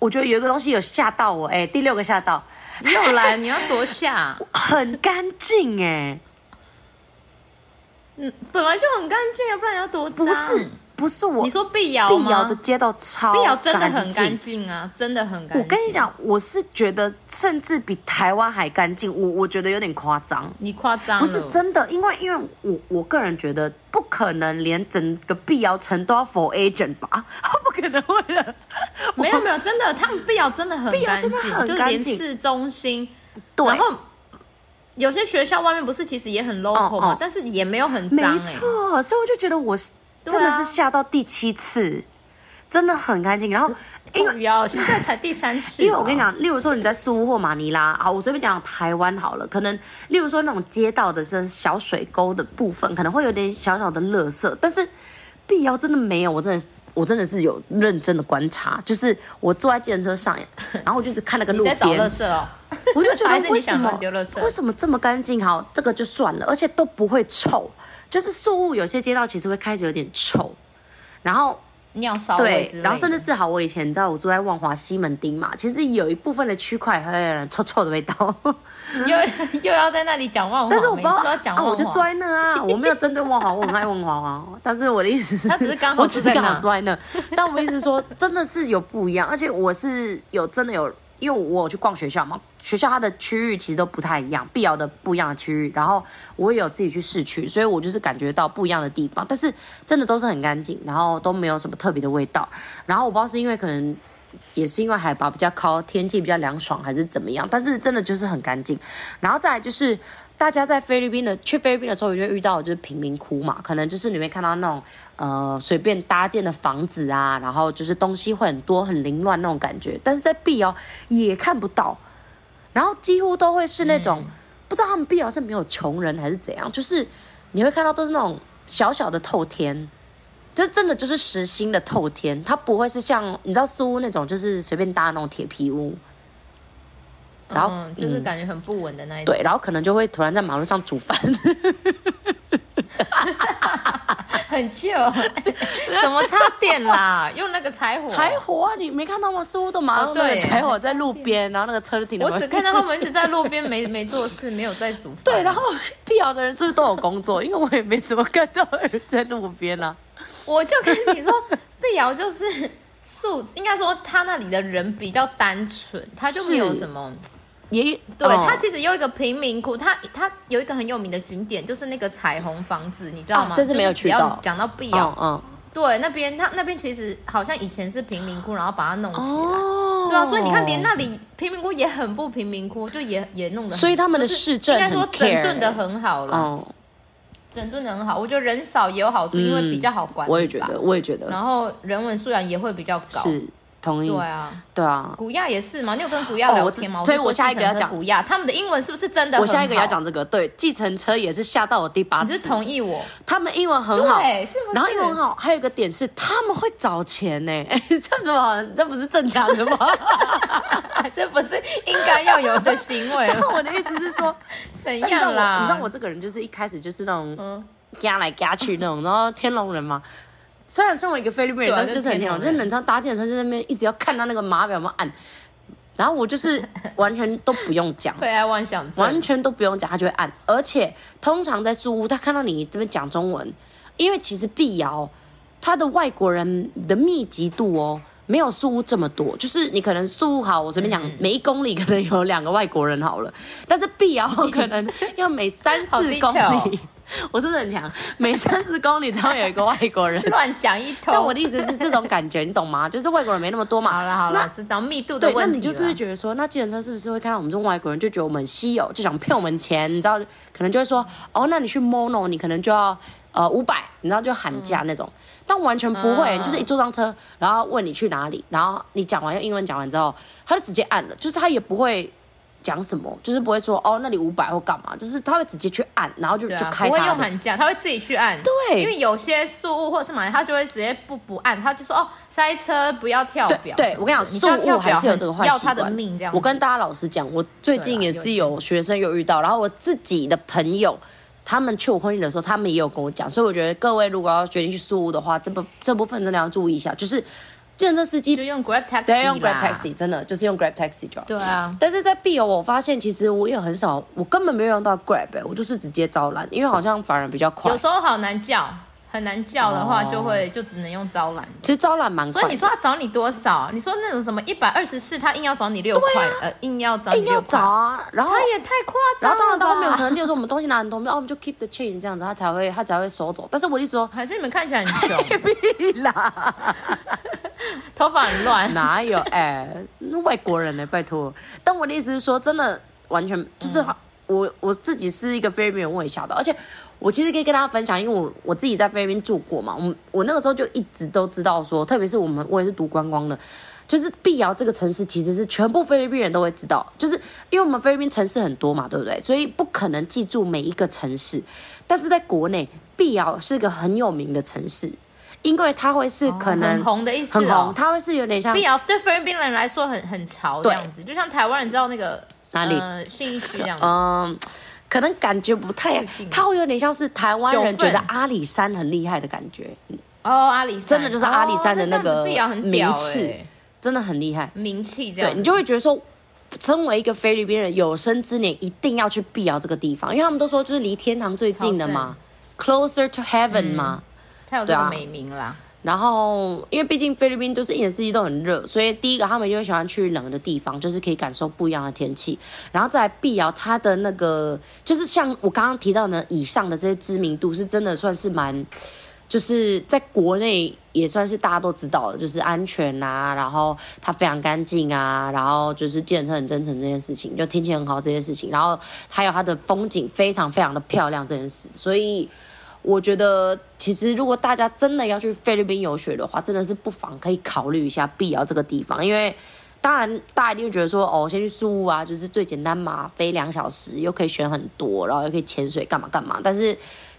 [SPEAKER 1] 我觉得有一个东西有吓到我，哎、第六个吓到，
[SPEAKER 2] 又来，你要多下，
[SPEAKER 1] 很干净哎，
[SPEAKER 2] 嗯，本来就很干净啊，不然要多脏？
[SPEAKER 1] 不是，不是我
[SPEAKER 2] 你说碧瑶
[SPEAKER 1] 碧瑶
[SPEAKER 2] 吗
[SPEAKER 1] 的街道超
[SPEAKER 2] 碧瑶真的很干
[SPEAKER 1] 净。
[SPEAKER 2] 净啊，真的很干净。
[SPEAKER 1] 我跟你，讲，我是觉得甚至比台湾还干净，我我觉得有点夸张。
[SPEAKER 2] 你夸张了，
[SPEAKER 1] 不是真的，因为因为我我个人觉得不可能连整个碧瑶城都要 for agent 吧， 他不可能为了
[SPEAKER 2] 没有没有，真的，他们碧瑶真的很
[SPEAKER 1] 碧瑶
[SPEAKER 2] 干
[SPEAKER 1] 真
[SPEAKER 2] 净
[SPEAKER 1] 的，很
[SPEAKER 2] 就
[SPEAKER 1] 干
[SPEAKER 2] 连
[SPEAKER 1] 净
[SPEAKER 2] 市中心，
[SPEAKER 1] 对，
[SPEAKER 2] 然后有些学校外面不是其实也很 local 嘛，
[SPEAKER 1] 哦
[SPEAKER 2] 但是也没有很
[SPEAKER 1] 没
[SPEAKER 2] 脏哎、
[SPEAKER 1] 错，所以我就觉得我是
[SPEAKER 2] 对啊
[SPEAKER 1] 真的是下到第七次，真的很干净。然后因为
[SPEAKER 2] 不要，哎现在才第三 次，啊
[SPEAKER 1] 因为我跟你，讲，例如说你在苏屋或马尼拉啊，我随便讲台湾好了，可能例如说那种街道的这小水沟的部分，可能会有点小小的垃圾，但是必要真的没有，我真的。我真的是有认真的观察，就是我坐在计程车上，然后我就只看那个
[SPEAKER 2] 你
[SPEAKER 1] 路
[SPEAKER 2] 在
[SPEAKER 1] 边，
[SPEAKER 2] 找垃圾哦、
[SPEAKER 1] 我就觉
[SPEAKER 2] 还
[SPEAKER 1] 得
[SPEAKER 2] 是你
[SPEAKER 1] 为什
[SPEAKER 2] 想
[SPEAKER 1] 么
[SPEAKER 2] 乱丢垃圾
[SPEAKER 1] 为什么这么干净？好，这个就算了，而且都不会臭。就是宿雾有些街道其实会开始有点臭，然后
[SPEAKER 2] 尿骚味
[SPEAKER 1] 对
[SPEAKER 2] 之类，的，
[SPEAKER 1] 然后甚至是好，我以前你知道我住在万华西门町嘛，其实有一部分的区块还有点臭臭的味道，
[SPEAKER 2] 又 又要在那里讲万华，
[SPEAKER 1] 但是我不
[SPEAKER 2] 每
[SPEAKER 1] 知道
[SPEAKER 2] 次都要讲
[SPEAKER 1] 啊，
[SPEAKER 2] 万华、
[SPEAKER 1] 我就坐在那啊， 我没有针对万华，我很爱万华啊，但是我的意思是，
[SPEAKER 2] 他只是刚好
[SPEAKER 1] 我只
[SPEAKER 2] 住
[SPEAKER 1] 是
[SPEAKER 2] 在那
[SPEAKER 1] 刚好坐在那，但我意思是说，真的是有不一样，而且我是有真的有，因为我有去逛学校嘛，学校它的区域其实都不太一样，必要的不一样的区域，然后我也有自己去市区，所以我就是感觉到不一样的地方，但是真的都是很干净，然后都没有什么特别的味道，然后我不知道是因为可能也是因为海拔比较高，天气比较凉爽还是怎么样，但是真的就是很干净。然后再来就是大家在菲律宾的去菲律宾的时候，也会遇到就是贫民窟嘛，可能就是你会看到那种呃随便搭建的房子啊，然后就是东西会很多很凌乱那种感觉，但是在碧瑶也看不到，然后几乎都会是那
[SPEAKER 2] 嗯
[SPEAKER 1] 种、不知道他们碧瑶是没有穷人还是怎样，就是你会看到都是那种小小的透天。就是真的就是实心的透天，它不会是像你知道苏屋那种，就是随便搭那种铁皮屋，然后
[SPEAKER 2] 嗯，就是感觉很不稳的那一种。
[SPEAKER 1] 对，然后可能就会突然在马路上煮 饭，
[SPEAKER 2] 很旧，怎么插电啦？用那个柴火。
[SPEAKER 1] 柴火啊，你没看到吗？苏屋的马路
[SPEAKER 2] 哦
[SPEAKER 1] 那
[SPEAKER 2] 对
[SPEAKER 1] 个
[SPEAKER 2] 耶
[SPEAKER 1] 柴火在路边，然后那个车就停在
[SPEAKER 2] 我只看到他们一直在路边没 没做事，没有在煮饭。
[SPEAKER 1] 对，然后辟谣的人是不是都有工作？因为我也没怎么看到有人在路边啊。
[SPEAKER 2] 我就跟你说， 碧瑶就是素，应该说他那里的人比较单纯，他就没有
[SPEAKER 1] 是
[SPEAKER 2] 什么。
[SPEAKER 1] 也
[SPEAKER 2] 对，
[SPEAKER 1] 哦
[SPEAKER 2] 他其实有一个贫民窟，他他有一个很有名的景点，就是那个彩虹房子，你知道吗？
[SPEAKER 1] 啊这是没有去到
[SPEAKER 2] 就是只要讲到碧瑶，
[SPEAKER 1] 嗯嗯
[SPEAKER 2] 对，那边他那边其实好像以前是贫民窟，然后把它弄起来。
[SPEAKER 1] 哦
[SPEAKER 2] 对啊，所以你看，连那里贫民窟也很不贫民窟，就也也弄得很，
[SPEAKER 1] 所以他们的
[SPEAKER 2] 就是
[SPEAKER 1] 市政
[SPEAKER 2] 应该说
[SPEAKER 1] 很
[SPEAKER 2] 整
[SPEAKER 1] care
[SPEAKER 2] 顿的很好了，
[SPEAKER 1] 哦，
[SPEAKER 2] 整顿的很好。我觉得人少也有好处，因为比较好管
[SPEAKER 1] 嗯
[SPEAKER 2] 理吧
[SPEAKER 1] 我也觉得，我也觉得
[SPEAKER 2] 然后人文素养也会比较高。
[SPEAKER 1] 是同意
[SPEAKER 2] 对，啊，
[SPEAKER 1] 对啊。
[SPEAKER 2] 古亚也是嘛，你有跟古亚
[SPEAKER 1] 哦
[SPEAKER 2] 聊
[SPEAKER 1] 我知
[SPEAKER 2] 天吗？
[SPEAKER 1] 所以
[SPEAKER 2] 就
[SPEAKER 1] 我
[SPEAKER 2] 说
[SPEAKER 1] 下一
[SPEAKER 2] 计
[SPEAKER 1] 个要
[SPEAKER 2] 程车
[SPEAKER 1] 讲
[SPEAKER 2] 古亚，他们的英文是不是真的？
[SPEAKER 1] 我下一个要，讲这个，对，计程车也是吓到我第八
[SPEAKER 2] 你是
[SPEAKER 1] 次。
[SPEAKER 2] 同意我？
[SPEAKER 1] 他们英文很好，
[SPEAKER 2] 对，是不是？
[SPEAKER 1] 然后英文很好，还有一个点是他们会找钱呢、 哎，这有什么好？这不是正常的吗？
[SPEAKER 2] 这不是应该要有的行 为
[SPEAKER 1] 但
[SPEAKER 2] 吗？
[SPEAKER 1] 我的意思是说，
[SPEAKER 2] 怎
[SPEAKER 1] 哎你知道
[SPEAKER 2] 样啦？
[SPEAKER 1] 我，你知道我这个人就是一开始就是那种
[SPEAKER 2] 嗯，
[SPEAKER 1] 嘎来嘎去那种，然后天龙人嘛。虽然身为一个菲律宾人，
[SPEAKER 2] 对啊
[SPEAKER 1] 但是就是很天龙，就
[SPEAKER 2] 就
[SPEAKER 1] 是是
[SPEAKER 2] 天龙人
[SPEAKER 1] 冷常搭电车就在那边一直要看他那个码表有没有按，然后我就是完全都不用讲，
[SPEAKER 2] 被爱妄啊想症
[SPEAKER 1] 完。全都不用讲，他就会按。而且通常在租屋，他看到你这边讲中文，因为其实碧瑶他的外国人的密集度哦。没有宿屋这么多，就是你可能宿屋好，我随便讲，
[SPEAKER 2] 嗯
[SPEAKER 1] 每一公里可能有两个外国人好了，但是碧瑶可能要每三
[SPEAKER 2] 好
[SPEAKER 1] 四
[SPEAKER 2] detail
[SPEAKER 1] 公
[SPEAKER 2] 哦。
[SPEAKER 1] 里，我是不是很强？每三四公里才会有一个外国人
[SPEAKER 2] 乱讲一通。
[SPEAKER 1] 但我的意思是这种感觉，你懂吗？就是外国人没那么多嘛，
[SPEAKER 2] 好了好了
[SPEAKER 1] 那，
[SPEAKER 2] 知道密度的
[SPEAKER 1] 对，那
[SPEAKER 2] 问题
[SPEAKER 1] 你就是会
[SPEAKER 2] 了
[SPEAKER 1] 觉得说，那计程车是不是会看到我们这种外国人，就觉得我们很稀有，就想骗我们钱？你知道，可能就会说，哦，那你去 Mono，你可能就要呃五百，你知道就喊价那种。但完全不会，
[SPEAKER 2] 嗯
[SPEAKER 1] 就是一坐上车，然后问你去哪里，然后你讲完用英文讲完之后，他就直接按了，就是他也不会。讲什么就是不会说哦，那里五百或干嘛，就是他会直接去按，然后就、
[SPEAKER 2] 对
[SPEAKER 1] 就
[SPEAKER 2] 啊，
[SPEAKER 1] 开
[SPEAKER 2] 不会
[SPEAKER 1] 他
[SPEAKER 2] 用
[SPEAKER 1] 的。
[SPEAKER 2] 喊价，他会自己去按。
[SPEAKER 1] 对
[SPEAKER 2] 因为有些宿务或者是马来，他就会直接不不按，他就说哦塞车不要跳表什么的。
[SPEAKER 1] 对，我跟你讲，
[SPEAKER 2] 你
[SPEAKER 1] 宿
[SPEAKER 2] 知道跳
[SPEAKER 1] 务
[SPEAKER 2] 表
[SPEAKER 1] 还是有
[SPEAKER 2] 很
[SPEAKER 1] 这个坏习
[SPEAKER 2] 要
[SPEAKER 1] 惯。
[SPEAKER 2] 他的命这样子。
[SPEAKER 1] 我跟大家老实讲，我最近
[SPEAKER 2] 对啦啊
[SPEAKER 1] 也是有学生有遇到，然后我自己的朋友。他们去我婚礼的时候，他们也有跟我讲，所以我觉得各位如果要决定去宿务的话，这部这部分真的要注意一下，就是。建车司机
[SPEAKER 2] 就用 Grab Taxi，
[SPEAKER 1] 对用 Grab
[SPEAKER 2] 啦
[SPEAKER 1] Taxi，真的就是用 Grab Taxi 就好。
[SPEAKER 2] 对啊，
[SPEAKER 1] 但是在必友，我发现其实我也很少，我根本没有用到 Grab，、欸、我就是直接招揽，因为好像反而比较快
[SPEAKER 2] 有。时候好难叫，很难叫的话
[SPEAKER 1] 哦
[SPEAKER 2] 就会、就只能用招揽。
[SPEAKER 1] 其实招揽蛮快
[SPEAKER 2] 所
[SPEAKER 1] 的，
[SPEAKER 2] 以你说他找你多少？你说那种什么一百二十四，他硬要找你六块、呃，硬要找你
[SPEAKER 1] 啊硬要
[SPEAKER 2] 六
[SPEAKER 1] 找
[SPEAKER 2] 块，
[SPEAKER 1] 啊，然后
[SPEAKER 2] 他也太夸张
[SPEAKER 1] 然后
[SPEAKER 2] 了吧。
[SPEAKER 1] 当然到后面我可能，例如说我们东西拿很多，我们哦我们就 keep the change 这样子，他才会他才会收走。但是我一直说
[SPEAKER 2] 还是你们看起来很穷，
[SPEAKER 1] 屁 啦，
[SPEAKER 2] 头发很乱。
[SPEAKER 1] 哪有哎、那外国人呢、拜托。但我的意思是说，真的完全就是、
[SPEAKER 2] 嗯
[SPEAKER 1] 我我自己是一个菲律宾人，我也吓到，而且我其实可以跟大家分享，因为我我自己在菲律宾住过嘛，我们我那个时候就一直都知道说，特别是我们我也是读观光的。就是碧瑶这个城市其实是全部菲律宾人都会知道，就是因为我们菲律宾城市很多嘛，对不对？所以不可能记住每一个城市，但是在国内，碧瑶是个很有名的城市，因为它会是可能、
[SPEAKER 2] 哦很红的意思
[SPEAKER 1] 很
[SPEAKER 2] 哦
[SPEAKER 1] 红，它会是有点像
[SPEAKER 2] 碧瑶对菲律宾人来说很很潮这
[SPEAKER 1] 啊对
[SPEAKER 2] 样子，就像台湾人知道那个
[SPEAKER 1] 哪里
[SPEAKER 2] 呃、信义区这样子。
[SPEAKER 1] 嗯，可能感觉不太
[SPEAKER 2] 附近，
[SPEAKER 1] 它会有点像是台湾人
[SPEAKER 2] 九份
[SPEAKER 1] 觉得阿里山很厉害的感觉，
[SPEAKER 2] 哦，阿里山
[SPEAKER 1] 真的就是阿里山的那个
[SPEAKER 2] 哦那这样子碧瑶很屌
[SPEAKER 1] 名次
[SPEAKER 2] 欸
[SPEAKER 1] 真的很厉害。
[SPEAKER 2] 名气这样
[SPEAKER 1] 对
[SPEAKER 2] 子。
[SPEAKER 1] 你就会觉得说，身为一个菲律宾人，有生之年一定要去碧瑶这个地方，因为他们都说就是离天堂最近的嘛，closer to heaven 嘛。
[SPEAKER 2] 他有这
[SPEAKER 1] 啊
[SPEAKER 2] 个美名啦。
[SPEAKER 1] 然后，因为毕竟菲律宾就是一年四季都很热，所以第一个他们就会喜欢去冷的地方，就是可以感受不一样的天气。然后再来碧瑶，它的那个就是像我刚刚提到的以上的这些知名度，是真的算是蛮，就是在国内也算是大家都知道的，就是安全啊，然后它非常干净啊，然后就是建设很真诚这件事情，就天气很好这件事情，然后还有它的风景非常非常的漂亮这件事，所以。我觉得其实如果大家真的要去菲律宾游学的话，真的是不妨可以考虑一下碧瑶这个地方，因为当然大家一定会觉得说，哦，先去宿务啊，就是最简单嘛，飞两小时又可以选很多，然后又可以潜水干嘛干嘛，但是。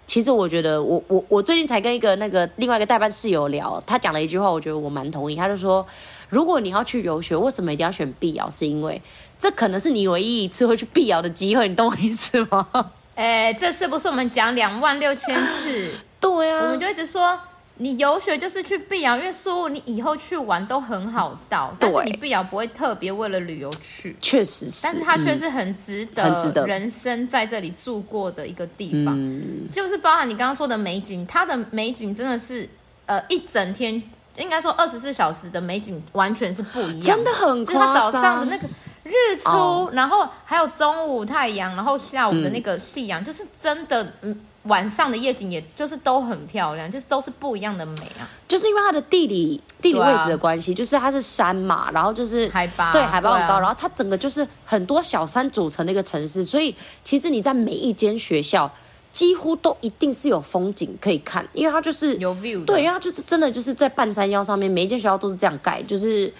[SPEAKER 1] 其实我觉得我，我我最近才跟一个那个另外一个代办室友聊，他讲了一句话，我觉得我蛮同意。他就说，如果你要去游学，为什么一定要选碧瑶？是因为这可能是你唯一一次会去碧瑶的机会，你懂我意思吗？
[SPEAKER 2] 哎，这次不是我们讲两万六千次，
[SPEAKER 1] 对啊，
[SPEAKER 2] 我们就一直说。你游学就是去碧瑶，因为苏武你以后去玩都很好到，但是
[SPEAKER 1] 对
[SPEAKER 2] 你碧瑶不会特别为了旅游去，
[SPEAKER 1] 确实是，嗯
[SPEAKER 2] 但是它却是很值得，
[SPEAKER 1] 很值得
[SPEAKER 2] 人生在这里住过的一个地方，
[SPEAKER 1] 嗯
[SPEAKER 2] 就是包含你刚刚说的美景，它的美景真的是呃一整天，应该说二十四小时的美景完全是不一样
[SPEAKER 1] 真的很
[SPEAKER 2] 就是它
[SPEAKER 1] 夸
[SPEAKER 2] 早
[SPEAKER 1] 张。
[SPEAKER 2] 上的那个日出，
[SPEAKER 1] 哦
[SPEAKER 2] 然后还有中午太阳，然后下午的那个夕阳，就是真的，嗯，晚上的夜景也就是都很漂亮，就是都是不一样的美啊，
[SPEAKER 1] 就是因为它的地理地理
[SPEAKER 2] 对啊
[SPEAKER 1] 位置的关系，就是它是山嘛，然后就是
[SPEAKER 2] 海拔
[SPEAKER 1] 对海拔很高，
[SPEAKER 2] 对啊
[SPEAKER 1] 然后它整个就是很多小山组成的一个城市，所以其实你在每一间学校几乎都一定是有风景可以看，因为它就是
[SPEAKER 2] 有 view 的
[SPEAKER 1] 对，因为它就是真的就是在半山腰上面，每一间学校都是这样盖，就是。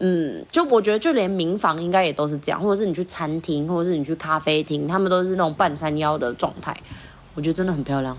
[SPEAKER 1] 嗯，就我觉得，就连民房应该也都是这样，或者是你去餐厅，或者是你去咖啡厅，他们都是那种半山腰的状态，我觉得真的很漂亮。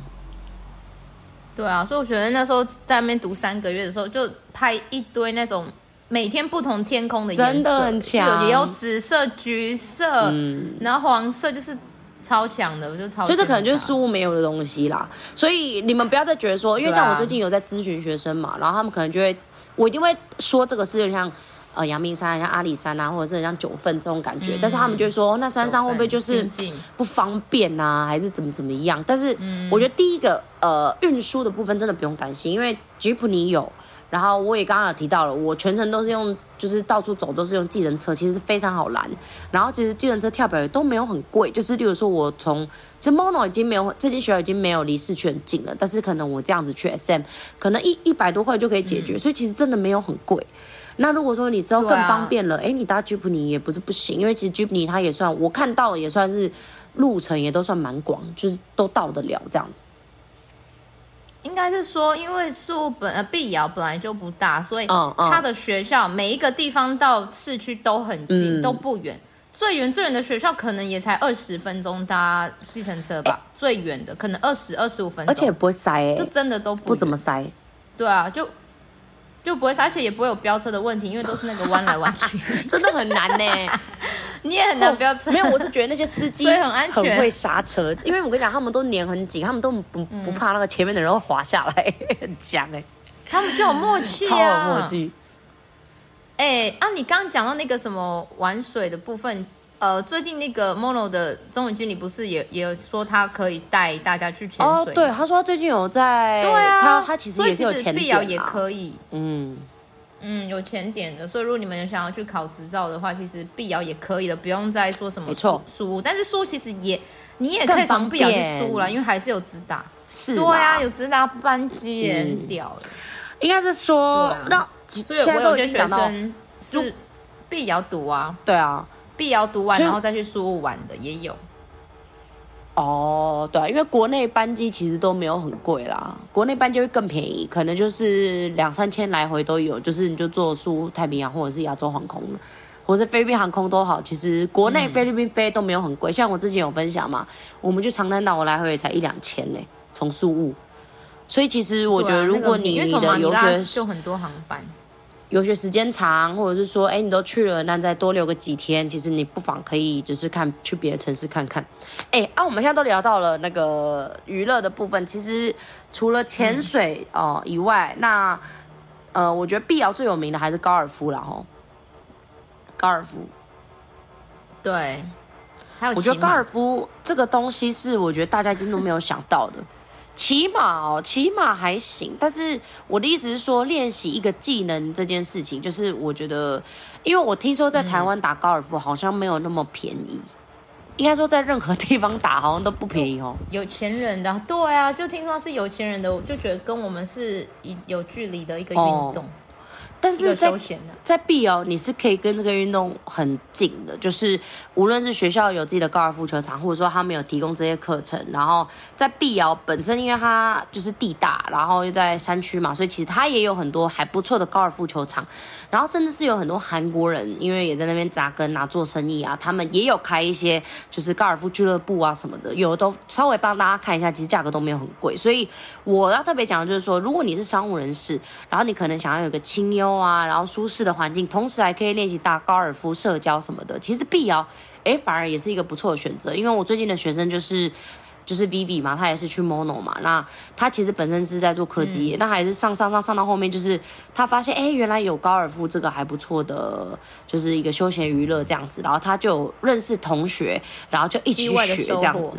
[SPEAKER 2] 对啊，所以我觉得那时候在那边读三个月的时候，就拍一堆那种每天不同天空的颜
[SPEAKER 1] 真
[SPEAKER 2] 色，
[SPEAKER 1] 的很强嗯
[SPEAKER 2] 就有也有紫色、橘色，然后黄色，就是超强的，我就超。
[SPEAKER 1] 所以这可能就是。书没有的东西啦。所以你们不要再觉得说，因为
[SPEAKER 2] 对啊
[SPEAKER 1] 像我最近有在咨询学生嘛，然后他们可能就会，我一定会说这个是有点像呃阳明山、像阿里山啊，或者是很像九份这种感觉，但是他们就会说，哦那山上会不会就是
[SPEAKER 2] 亲近
[SPEAKER 1] 不方便啊，还是怎么怎么样？但是
[SPEAKER 2] 嗯
[SPEAKER 1] 我觉得第一个呃运输的部分真的不用担心，因为吉普尼有。然后我也刚刚有提到了，我全程都是用，就是到处走都是用计程车，其实非常好拦。然后其实计程车跳表也都没有很贵，就是例如说我从这 Mono 已经没有这间学校已经没有离市区很近了，但是可能我这样子去 SM，可能一一百多块就可以解决，所以其实真的没有很贵。那如果说你之后更
[SPEAKER 2] 对啊
[SPEAKER 1] 方便了，哎、你搭 j i p n e y 也不是不行，因为其实 j i p n e y 它也算我看到也算是路程也都算蛮广，就是都到得了这样子。
[SPEAKER 2] 应该是说，因为树本呃碧瑶本来就不大，所以
[SPEAKER 1] 嗯嗯
[SPEAKER 2] 它的学校每一个地方到市区都很近，
[SPEAKER 1] 嗯
[SPEAKER 2] 都不远。最远最远的学校可能也才二十分钟搭计程车吧，最远的可能二十二十五分钟，
[SPEAKER 1] 而且也不会塞、诶
[SPEAKER 2] 就真的都不
[SPEAKER 1] 不
[SPEAKER 2] 远
[SPEAKER 1] 怎么塞。
[SPEAKER 2] 对啊，就就不会塞，而且也不会有飙车的问题，因为都是那个弯来弯 去，
[SPEAKER 1] 真的很难呢、
[SPEAKER 2] 你也很难飙车。
[SPEAKER 1] 没有，我是觉得那些司机
[SPEAKER 2] 所以很安全
[SPEAKER 1] 很会刹 车。因为我跟你讲，他们都粘很紧，他们都不不 怕那个前面的人会滑下来，很强哎、
[SPEAKER 2] 他们就有默契、啊，
[SPEAKER 1] 超有默。契。
[SPEAKER 2] 哎、啊，你刚刚讲到那个什么玩水的部分，呃，最近那个 Mono 的中文经理不是也也有说他可以带大家去潜
[SPEAKER 1] 哦
[SPEAKER 2] 水吗？，
[SPEAKER 1] 对，他说他最近有在，
[SPEAKER 2] 对啊，
[SPEAKER 1] 他他其实
[SPEAKER 2] 所以
[SPEAKER 1] 也是有潜
[SPEAKER 2] 碧
[SPEAKER 1] 点、
[SPEAKER 2] 瑶
[SPEAKER 1] 啊，
[SPEAKER 2] 也可以，
[SPEAKER 1] 嗯，
[SPEAKER 2] 嗯，有潜点的。所以如果你们想要去考执照的话，其实碧瑶也可以的，不用再说什么
[SPEAKER 1] 没错
[SPEAKER 2] 书书屋。但是书屋其实也你也
[SPEAKER 1] 更
[SPEAKER 2] 可以
[SPEAKER 1] 方
[SPEAKER 2] 从碧瑶去
[SPEAKER 1] 便
[SPEAKER 2] 书屋啦，因为还是有直达。
[SPEAKER 1] 是
[SPEAKER 2] 对
[SPEAKER 1] 啦嗯
[SPEAKER 2] 啊，有直达班机耶，很屌耶。
[SPEAKER 1] 应该是说，
[SPEAKER 2] 对啊
[SPEAKER 1] 那
[SPEAKER 2] 所
[SPEAKER 1] 现在
[SPEAKER 2] 以我有
[SPEAKER 1] 都已
[SPEAKER 2] 些
[SPEAKER 1] 经
[SPEAKER 2] 学
[SPEAKER 1] 讲到，
[SPEAKER 2] 生是碧瑶读啊，
[SPEAKER 1] 对啊，
[SPEAKER 2] 碧瑶读完
[SPEAKER 1] 所以
[SPEAKER 2] 然后再去书屋玩的也有。
[SPEAKER 1] 哦，对啊，因为国内班机其实都没有很贵啦，国内班机会更便宜，可能就是两三千来回都有，就是你就坐苏太平洋或者是亚洲航空了。或是菲律宾航空都好，其实国内菲律宾飞都没有很贵，像我之前有分享嘛，我们去长滩岛，我来回也才一两千呢，从宿务。所以其实我觉
[SPEAKER 2] 对啊
[SPEAKER 1] 得，如
[SPEAKER 2] 那个
[SPEAKER 1] 果
[SPEAKER 2] 很
[SPEAKER 1] 你
[SPEAKER 2] 因为从马
[SPEAKER 1] 的
[SPEAKER 2] 尼
[SPEAKER 1] 游
[SPEAKER 2] 拉
[SPEAKER 1] 学
[SPEAKER 2] 就很多航班，
[SPEAKER 1] 游学时间长，或者是说，哎、你都去了，那再多留个几天，其实你不妨可以就是看去别的城市看看。哎、啊，我们现在都聊到了那个娱乐的部分，其实除了潜水哦、以外，那呃，我觉得碧瑶最有名的还是高尔夫啦，吼，高尔夫。
[SPEAKER 2] 对，还有
[SPEAKER 1] 我觉
[SPEAKER 2] 骑
[SPEAKER 1] 得高
[SPEAKER 2] 马
[SPEAKER 1] 尔夫这个东西是我觉得大家一定都没有想到 的。骑马哦，骑马还行，但是我的意思是说，练习一个技能这件事情，就是我觉得，因为我听说在台湾打高尔夫好像没有那么便宜，应该说在任何地方打好像都不便宜哦。
[SPEAKER 2] 有钱人的，对啊，就听说是有钱人的，我就觉得跟我们是一有距离的一个运
[SPEAKER 1] 哦
[SPEAKER 2] 动，
[SPEAKER 1] 但
[SPEAKER 2] 一
[SPEAKER 1] 是
[SPEAKER 2] 个
[SPEAKER 1] 在
[SPEAKER 2] 休闲的。
[SPEAKER 1] 在碧瑶，你是可以跟这个运动很近的，就是无论是学校有自己的高尔夫球场，或者说他们有提供这些课程，然后在碧瑶本身，因为它就是地大，然后又在山区嘛，所以其实它也有很多还不错的高尔夫球场，然后甚至是有很多韩国人，因为也在那边扎根啊、做生意啊，他们也有开一些就是高尔夫俱乐部啊什么的，有的都稍微帮大家看一下，其实价格都没有很贵，所以我要特别讲的就是说，如果你是商务人士，然后你可能想要有个清幽啊，然后舒适的环境，同时还可以练习打高尔夫、社交什么的。其实碧瑶，诶，反而也是一个不错的选择，因为我最近的学生就是。就是 Vivi 嘛，她也是去 Mono 嘛，那她其实本身是在做科技
[SPEAKER 2] 嗯
[SPEAKER 1] 业，那、还是上上上上到后面，就是她发现，诶，原来有高尔夫这个还不错的，就是一个休闲娱乐这样子，然后她就有认识同学，然后就一起
[SPEAKER 2] 意外
[SPEAKER 1] 去
[SPEAKER 2] 的
[SPEAKER 1] 学
[SPEAKER 2] 收
[SPEAKER 1] 这样
[SPEAKER 2] 获
[SPEAKER 1] 子。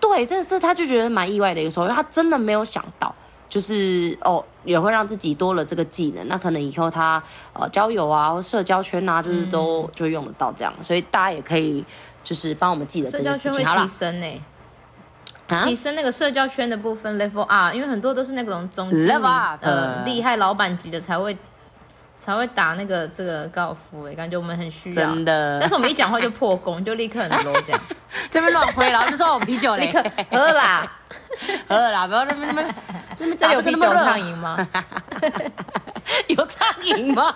[SPEAKER 1] 对，这是他就觉得蛮意外的一个收获，因为他真的没有想到，就是哦，也会让自己多了这个技能。那可能以后他呃交友啊，或社交圈啊，就是都、
[SPEAKER 2] 嗯
[SPEAKER 1] 就用得到这样，所以大家也可以就是帮我们记得这
[SPEAKER 2] 社
[SPEAKER 1] 件
[SPEAKER 2] 交
[SPEAKER 1] 事
[SPEAKER 2] 圈
[SPEAKER 1] 情。
[SPEAKER 2] 会
[SPEAKER 1] 好
[SPEAKER 2] 提
[SPEAKER 1] 了
[SPEAKER 2] 升欸呢、
[SPEAKER 1] 啊
[SPEAKER 2] 提，升那个社交圈的部分 level up，因为很多都是那种总经理
[SPEAKER 1] Level up 嗯
[SPEAKER 2] 呃厉害老板级的才会才会打那个这个高尔夫、欸，感觉我们很需要。
[SPEAKER 1] 真的
[SPEAKER 2] 但是我们一讲话就破功，就立刻很 low 这样，
[SPEAKER 1] 这边乱挥，然后就说我啤酒嘞
[SPEAKER 2] 立，刻喝啦， 啊
[SPEAKER 1] 喝了啦，不要那边那边这边
[SPEAKER 2] 这
[SPEAKER 1] 打
[SPEAKER 2] 里有
[SPEAKER 1] 这
[SPEAKER 2] 啤
[SPEAKER 1] 个那
[SPEAKER 2] 酒
[SPEAKER 1] 么热
[SPEAKER 2] 畅饮 吗？
[SPEAKER 1] 有畅饮吗？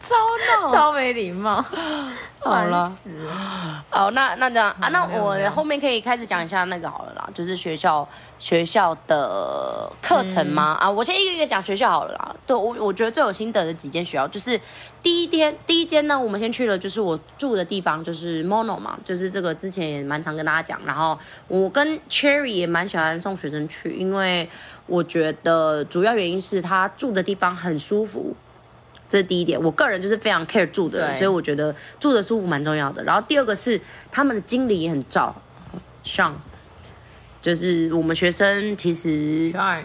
[SPEAKER 1] 超闹，
[SPEAKER 2] 超没礼貌，
[SPEAKER 1] 哦好了
[SPEAKER 2] 烦死了。
[SPEAKER 1] 好，那那这样啊，那我后面可以开始讲一下那个好了啦，就是学校学校的课程吗？啊，我先一个一个讲学校好了啦。对我我觉得最有心得的几间学校，就是第一天第一间呢，我们先去了，就是我住的地方，就是 Mono 嘛，就是这个之前也蛮常跟大家讲，然后我跟 Cherry 也蛮喜欢送学生去，因为我觉得主要原因是他住的地方很舒服。这是第一点，我个人就是非常 care 住的人，
[SPEAKER 2] 对
[SPEAKER 1] 所以我觉得住的舒服蛮重要的。然后第二个是他们的经理也很照上，就是我们学生其实
[SPEAKER 2] Sean，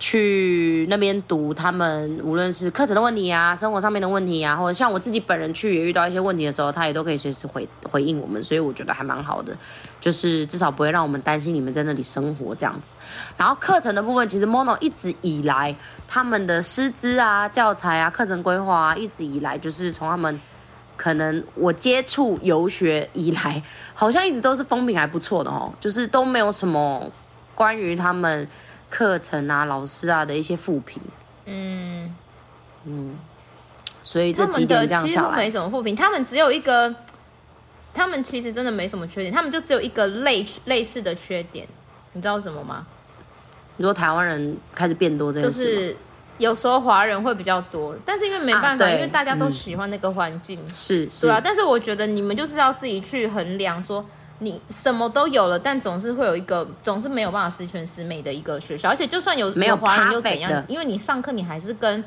[SPEAKER 1] 去那边读，他们无论是课程的问题啊、生活上面的问题啊，或者像我自己本人去也遇到一些问题的时候，他也都可以随时回回应我们，所以我觉得还蛮好的，就是至少不会让我们担心你们在那里生活这样子。然后课程的部分，其实 Mono 一直以来他们的师资啊、教材啊、课程规划啊，一直以来就是从他们。可能我接触游学以来，好像一直都是风评还不错的哦， 就是都没有什么关于他们课程啊、老师啊的一些复评，嗯
[SPEAKER 2] 嗯。
[SPEAKER 1] 所以这
[SPEAKER 2] 他
[SPEAKER 1] 几
[SPEAKER 2] 们
[SPEAKER 1] 点
[SPEAKER 2] 的
[SPEAKER 1] 这样
[SPEAKER 2] 几
[SPEAKER 1] 下
[SPEAKER 2] 乎没
[SPEAKER 1] 来，
[SPEAKER 2] 什么负评，他们只有一个，他们其实真的没什么缺点，他们就只有一个类类似的缺点，你知道什么吗？
[SPEAKER 1] 你说台湾人开始变多这
[SPEAKER 2] 就
[SPEAKER 1] 件事吗，
[SPEAKER 2] 是有时候华人会比较多，但是因为没办法，
[SPEAKER 1] 啊对嗯
[SPEAKER 2] 因为大家都喜欢那个环境，
[SPEAKER 1] 是是
[SPEAKER 2] 对啊。但是我觉得你们就是要自己去衡量说。你什么都有了，但总是会有一个，总是没有办法十全十美的一个学校。而且就算有
[SPEAKER 1] 没有
[SPEAKER 2] 华人又
[SPEAKER 1] perfect
[SPEAKER 2] 怎样
[SPEAKER 1] 的？
[SPEAKER 2] 因为你上课你还是跟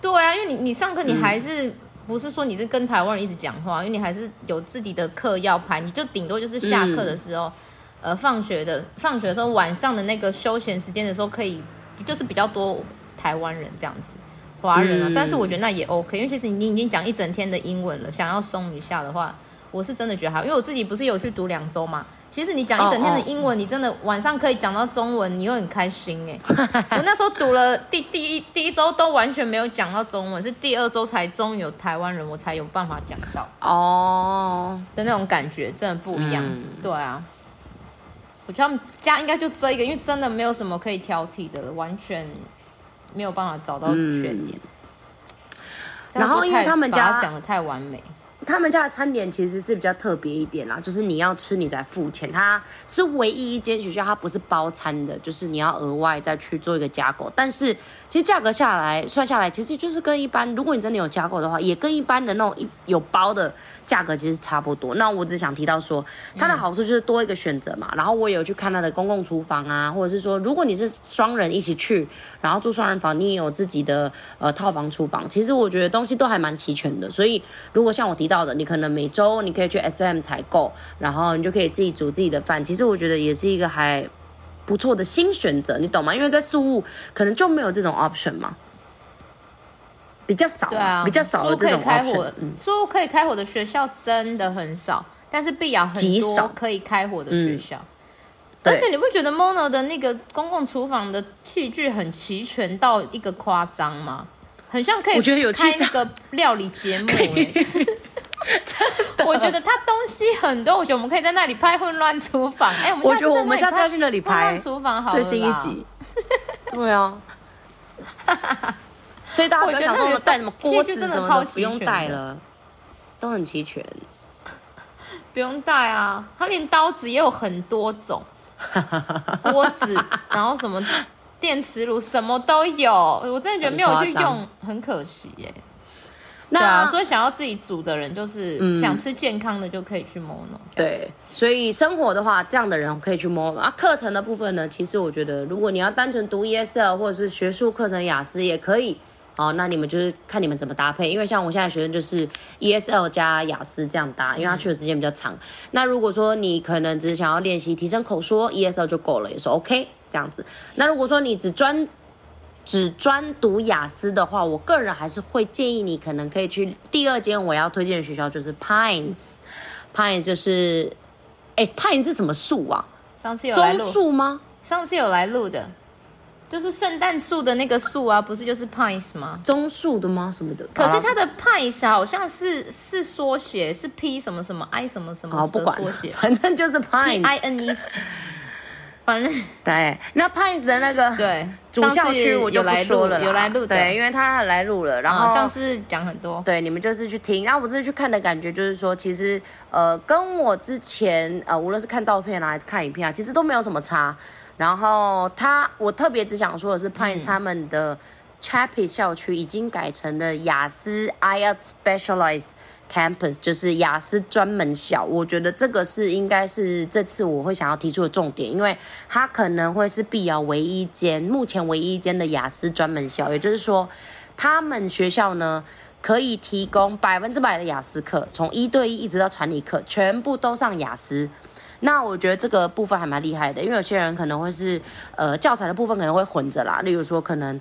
[SPEAKER 2] 对啊，因为你你上课你还是、
[SPEAKER 1] 嗯
[SPEAKER 2] 不是说你是跟台湾人一直讲话，因为你还是有自己的课要排，你就顶多就是下课的时候，
[SPEAKER 1] 嗯
[SPEAKER 2] 呃，放学的放学的时候晚上的那个休闲时间的时候可以，就是比较多台湾人这样子。华人啊，
[SPEAKER 1] 嗯
[SPEAKER 2] 但是我觉得那也 OK，因为其实你已经讲一整天的英文了，想要松一下的话，我是真的觉得还好，因为我自己不是有去读两周嘛。其实你讲一整天的英文你真的晚上可以讲到中文，你会很开心哎、我那时候读了第第一第一周都完全没有讲到中文，是第二周才终于有台湾人，我才有办法讲到
[SPEAKER 1] 哦，
[SPEAKER 2] 的那种感觉，真的不一样。
[SPEAKER 1] 嗯
[SPEAKER 2] 对啊，我觉得他们家应该就这一个，因为真的没有什么可以挑剔的了，完全没有办法找到缺点。这
[SPEAKER 1] 嗯
[SPEAKER 2] 样
[SPEAKER 1] 然后
[SPEAKER 2] 会
[SPEAKER 1] 因为
[SPEAKER 2] 太
[SPEAKER 1] 他们
[SPEAKER 2] 把它
[SPEAKER 1] 家
[SPEAKER 2] 讲的太完美，
[SPEAKER 1] 他们家的餐点其实是比较特别一点啦，就是你要吃你才付钱，它是唯一一间学校它不是包餐的，就是你要额外再去做一个加购。但是其实价格下来算下来，其实就是跟一般，如果你真的有加购的话，也跟一般的那种一有包的价格其实差不多。那我只想提到说，它
[SPEAKER 2] 嗯
[SPEAKER 1] 的好处就是多一个选择嘛。然后我也有去看它的公共厨房啊，或者是说，如果你是双人一起去，然后住双人房，你也有自己的呃套房、厨房。其实我觉得东西都还蛮齐全的。所以如果像我提到的，你可能每周你可以去 S M 采购，然后你就可以自己煮自己的饭。其实我觉得也是一个还不错的新选择，你懂吗？因为在宿务可能就没有这种 option 嘛。比较少、
[SPEAKER 2] 对啊，
[SPEAKER 1] 嗯比较少
[SPEAKER 2] 说
[SPEAKER 1] 的这
[SPEAKER 2] 可以
[SPEAKER 1] 种
[SPEAKER 2] 开
[SPEAKER 1] option，嗯
[SPEAKER 2] 火，说可以开火的学校真的很少，但是碧雅很
[SPEAKER 1] 极
[SPEAKER 2] 多
[SPEAKER 1] 少嗯
[SPEAKER 2] 可以开火的学校。
[SPEAKER 1] 对
[SPEAKER 2] 而且你不觉得 Mono 的那个公共厨房的器具很齐全到一个夸张吗？很像可以
[SPEAKER 1] 我觉得有气
[SPEAKER 2] 开那个料理节目、欸，我觉得它东西很多，我觉得我们可以在那里拍《混乱厨房》哎、我们
[SPEAKER 1] 我
[SPEAKER 2] 下次
[SPEAKER 1] 觉得
[SPEAKER 2] 在
[SPEAKER 1] 我们
[SPEAKER 2] 里
[SPEAKER 1] 下次
[SPEAKER 2] 拍
[SPEAKER 1] 要去那里
[SPEAKER 2] 混
[SPEAKER 1] 拍
[SPEAKER 2] 乱厨房》好了，
[SPEAKER 1] 最新一集。。对啊，所以大家不要想说我们带什么锅子什么的，不用带了，都很齐全。
[SPEAKER 2] 不用带啊，它连刀子也有很多种，锅 子，然后什么电磁炉什么都有，我真的觉得没有去
[SPEAKER 1] 很夸张
[SPEAKER 2] 用，很可惜欸耶。
[SPEAKER 1] 那
[SPEAKER 2] 对啊，
[SPEAKER 1] 所以
[SPEAKER 2] 所以想要自己煮的人，就是、
[SPEAKER 1] 嗯
[SPEAKER 2] 想吃健康的就可以去 Mono 这样子。
[SPEAKER 1] 对，所以生活的话，这样的人可以去摸啊。课程的部分呢，其实我觉得，如果你要单纯读 ESL 或者是学术课程雅思也可以。哦，那你们就是看你们怎么搭配，因为像我现在学生就是 ESL 加雅思这样搭，因为他去的时间比较长。那如果说你可能只是想要练习提升口说，ESL 就够了，也是 OK 这样子。那如果说你只专只专读雅思的话，我个人还是会建议你可能可以去第二间我要推荐的学校，就是 Pines。Pines 就是，哎、p i n e 是什么树啊？
[SPEAKER 2] 上次有来
[SPEAKER 1] 棕
[SPEAKER 2] 录，
[SPEAKER 1] 树吗？
[SPEAKER 2] 上次有来录的，就是圣诞树的那个树啊，不是就是 Pines 吗？
[SPEAKER 1] 棕树的吗？什么的？
[SPEAKER 2] 可
[SPEAKER 1] 好啊
[SPEAKER 2] 是
[SPEAKER 1] 啦
[SPEAKER 2] 它的 Pines 好像是是缩写，是 P 什么什么 I 什么什么
[SPEAKER 1] 好
[SPEAKER 2] 的
[SPEAKER 1] 不管
[SPEAKER 2] 缩， 写
[SPEAKER 1] 反正就是
[SPEAKER 2] ，P
[SPEAKER 1] Pines。
[SPEAKER 2] I N E，反正。
[SPEAKER 1] 对，那 Pines 的那个
[SPEAKER 2] 对，
[SPEAKER 1] 主校区我就不说了啦，
[SPEAKER 2] 有来录的，
[SPEAKER 1] 对，因为他来录了，然
[SPEAKER 2] 啊，
[SPEAKER 1] 后
[SPEAKER 2] 上次讲很多，
[SPEAKER 1] 对，你们就是去听。然后我这次去看的感觉就是说，其实呃，跟我之前呃，无论是看照片啊，还是看影片啊，其实都没有什么差。然后他，我特别只想说的是，Pines 他们的 Chappie 校区已经改成了雅思 IELTS Specialized Campus，就是雅思专门校。我觉得这个是应该是这次我会想要提出的重点，因为它可能会是碧瑶唯一一间目前唯一一间的雅思专门校，也就是说，他们学校呢。可以提供百分之百的雅思课，从一对一一直到团体课，全部都上雅思。那我觉得这个部分还蛮厉害的，因为有些人可能会是呃教材的部分可能会混着啦，例如说可能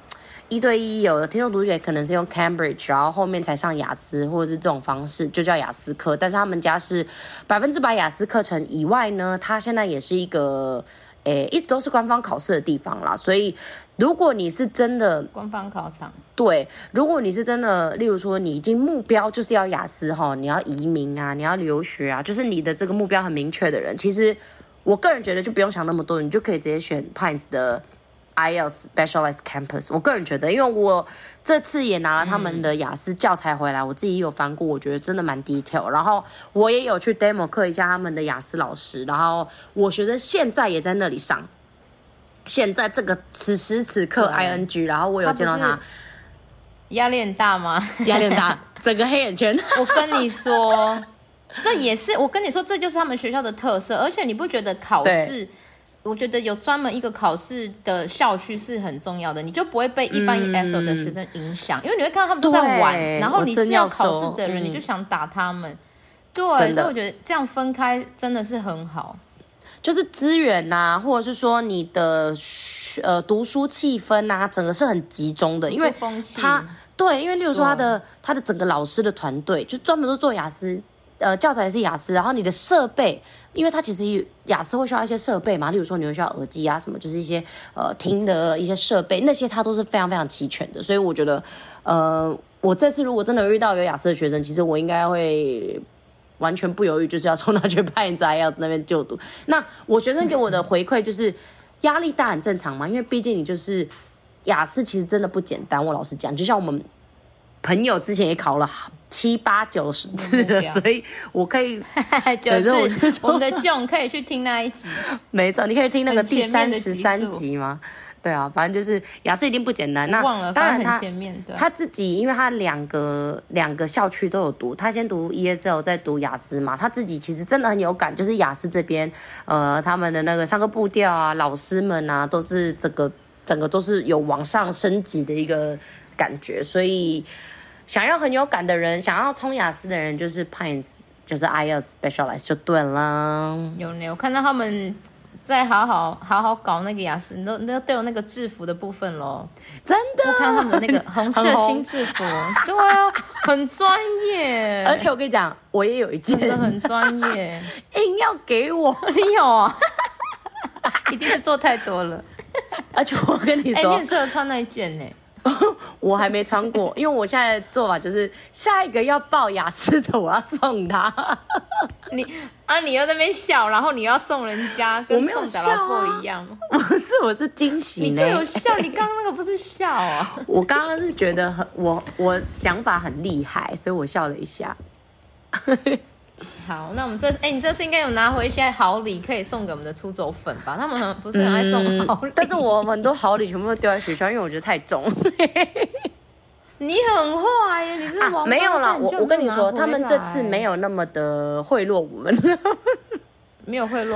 [SPEAKER 1] 一对一有听众读解可能是用 Cambridge，然后后面才上雅思或者是这种方式就叫雅思课，但是他们家是百分之百雅思课程以外呢，它现在也是一个诶一直都是官方考试的地方啦，所以如果你是真的
[SPEAKER 2] 官方考场，
[SPEAKER 1] 对，如果你是真的，例如说你已经目标就是要雅思哈，你要移民啊，你要留学啊，就是你的这个目标很明确的人，其实我个人觉得就不用想那么多，你就可以直接选 Pines 的 IELTS Specialized Campus。我个人觉得，因为我这次也拿了他们的雅思教材回来，我自己也有翻过，我觉得真的蛮 detail。然后我也有去 demo 课一下他们的雅思老师，然后我学生现在也在那里上。现在这个此时此刻
[SPEAKER 2] 对
[SPEAKER 1] ing，然后我有见到他
[SPEAKER 2] 不，是压力很大吗？
[SPEAKER 1] 压力很大， 整个黑眼圈。
[SPEAKER 2] 我跟你说，这也是我跟你说，这就是他们学校的特色，而且你不觉得考试我觉得有专门一个考试的校区是很重要的，你就不会被一般 ESO 的学生影响，因为你会看到他们都在玩，
[SPEAKER 1] 嗯对
[SPEAKER 2] 然后你是要考试
[SPEAKER 1] 我正要
[SPEAKER 2] 的人，
[SPEAKER 1] 说嗯
[SPEAKER 2] 你就想打他们。对，
[SPEAKER 1] 真的
[SPEAKER 2] 所以我觉得这样分开真的是很好。
[SPEAKER 1] 就是资源呐、或者是说你的学呃读书气氛呐、整个是很集中的，因为
[SPEAKER 2] 读书风气
[SPEAKER 1] 他对，因为例如说他的他的整个老师的团队就专门都做雅思，呃，教材也是雅思，然后你的设备，因为它其实雅思会需要一些设备嘛，例如说你会需要耳机啊什么，就是一些呃听的一些设备，那些它都是非常非常齐全的，所以我觉得呃。我这次如果真的遇到有雅思的学生，其实我应该会完全不犹豫，就是要冲他去 派在要子那边就读。那我学生给我的回馈就是，压力大很正常嘛，因为毕竟你就是雅思，其实真的不简单。我老实讲，就像我们朋友之前也考了七八九十次
[SPEAKER 2] 目
[SPEAKER 1] 了，
[SPEAKER 2] 标
[SPEAKER 1] 所以我可以
[SPEAKER 2] 就
[SPEAKER 1] 对所以
[SPEAKER 2] 是我们的 John 可以去听那一集，
[SPEAKER 1] 没错，你可以听那个
[SPEAKER 2] 很
[SPEAKER 1] 第
[SPEAKER 2] 前面
[SPEAKER 1] 三
[SPEAKER 2] 的
[SPEAKER 1] 十
[SPEAKER 2] 集数
[SPEAKER 1] 三集吗？对啊，反正就是雅思一定不简单。那
[SPEAKER 2] 忘了，
[SPEAKER 1] 当
[SPEAKER 2] 反
[SPEAKER 1] 然
[SPEAKER 2] 正
[SPEAKER 1] 他
[SPEAKER 2] 很前面对。
[SPEAKER 1] 他自己，因为他两个两个校区都有读，他先读 ESL，再读雅思嘛。他自己其实真的很有感，就是雅思这边，呃，他们的那个上课步调啊，老师们啊，都是整个整个都是有往上升级的一个感觉。所以，想要很有感的人，想要冲雅思的人，就是 Pines，就是 IELTS Specialized 就对啦。
[SPEAKER 2] 有呢，我看到他们在好好好好搞那个雅思，那那都有那个制服的部分咯。
[SPEAKER 1] 真的，
[SPEAKER 2] 我看他们的 那个红色
[SPEAKER 1] 很红
[SPEAKER 2] 新制服，对啊，很专业，
[SPEAKER 1] 而且我跟你讲，我也有一件
[SPEAKER 2] 真的很专业。
[SPEAKER 1] 硬要给我，
[SPEAKER 2] 你有、啊， 一定是做太多了。
[SPEAKER 1] 而且我跟你
[SPEAKER 2] 哎、
[SPEAKER 1] 说
[SPEAKER 2] 你，很适合穿那一件呢、
[SPEAKER 1] 我还没穿过，因为我现在的做法就是下一个要报雅思的，我要送他。
[SPEAKER 2] 你啊，你又在那边笑，然后你又要送人家，
[SPEAKER 1] 我
[SPEAKER 2] 跟
[SPEAKER 1] 没有
[SPEAKER 2] 送小老
[SPEAKER 1] 笑啊
[SPEAKER 2] 婆一样。
[SPEAKER 1] 不是，我是惊喜
[SPEAKER 2] 你
[SPEAKER 1] 呢
[SPEAKER 2] 就。有笑，你刚刚那个不是笑啊？
[SPEAKER 1] 我刚刚是觉得很我我想法很厉害，所以我笑了一下。
[SPEAKER 2] 好，那我们这次哎、你这次应该有拿回一些好礼，可以送给我们的出走粉吧？他们很不是很爱送好礼、
[SPEAKER 1] 嗯但是我很多好礼全部都丢在学校，因为我觉得太 重。
[SPEAKER 2] 你很坏耶，你是王八蛋、
[SPEAKER 1] 啊没有啦，
[SPEAKER 2] 你
[SPEAKER 1] 我
[SPEAKER 2] 居然
[SPEAKER 1] 我跟你
[SPEAKER 2] 拿
[SPEAKER 1] 说，
[SPEAKER 2] 回
[SPEAKER 1] 他们这次
[SPEAKER 2] 来
[SPEAKER 1] 没有那么的贿赂我们。
[SPEAKER 2] 哎没有贿赂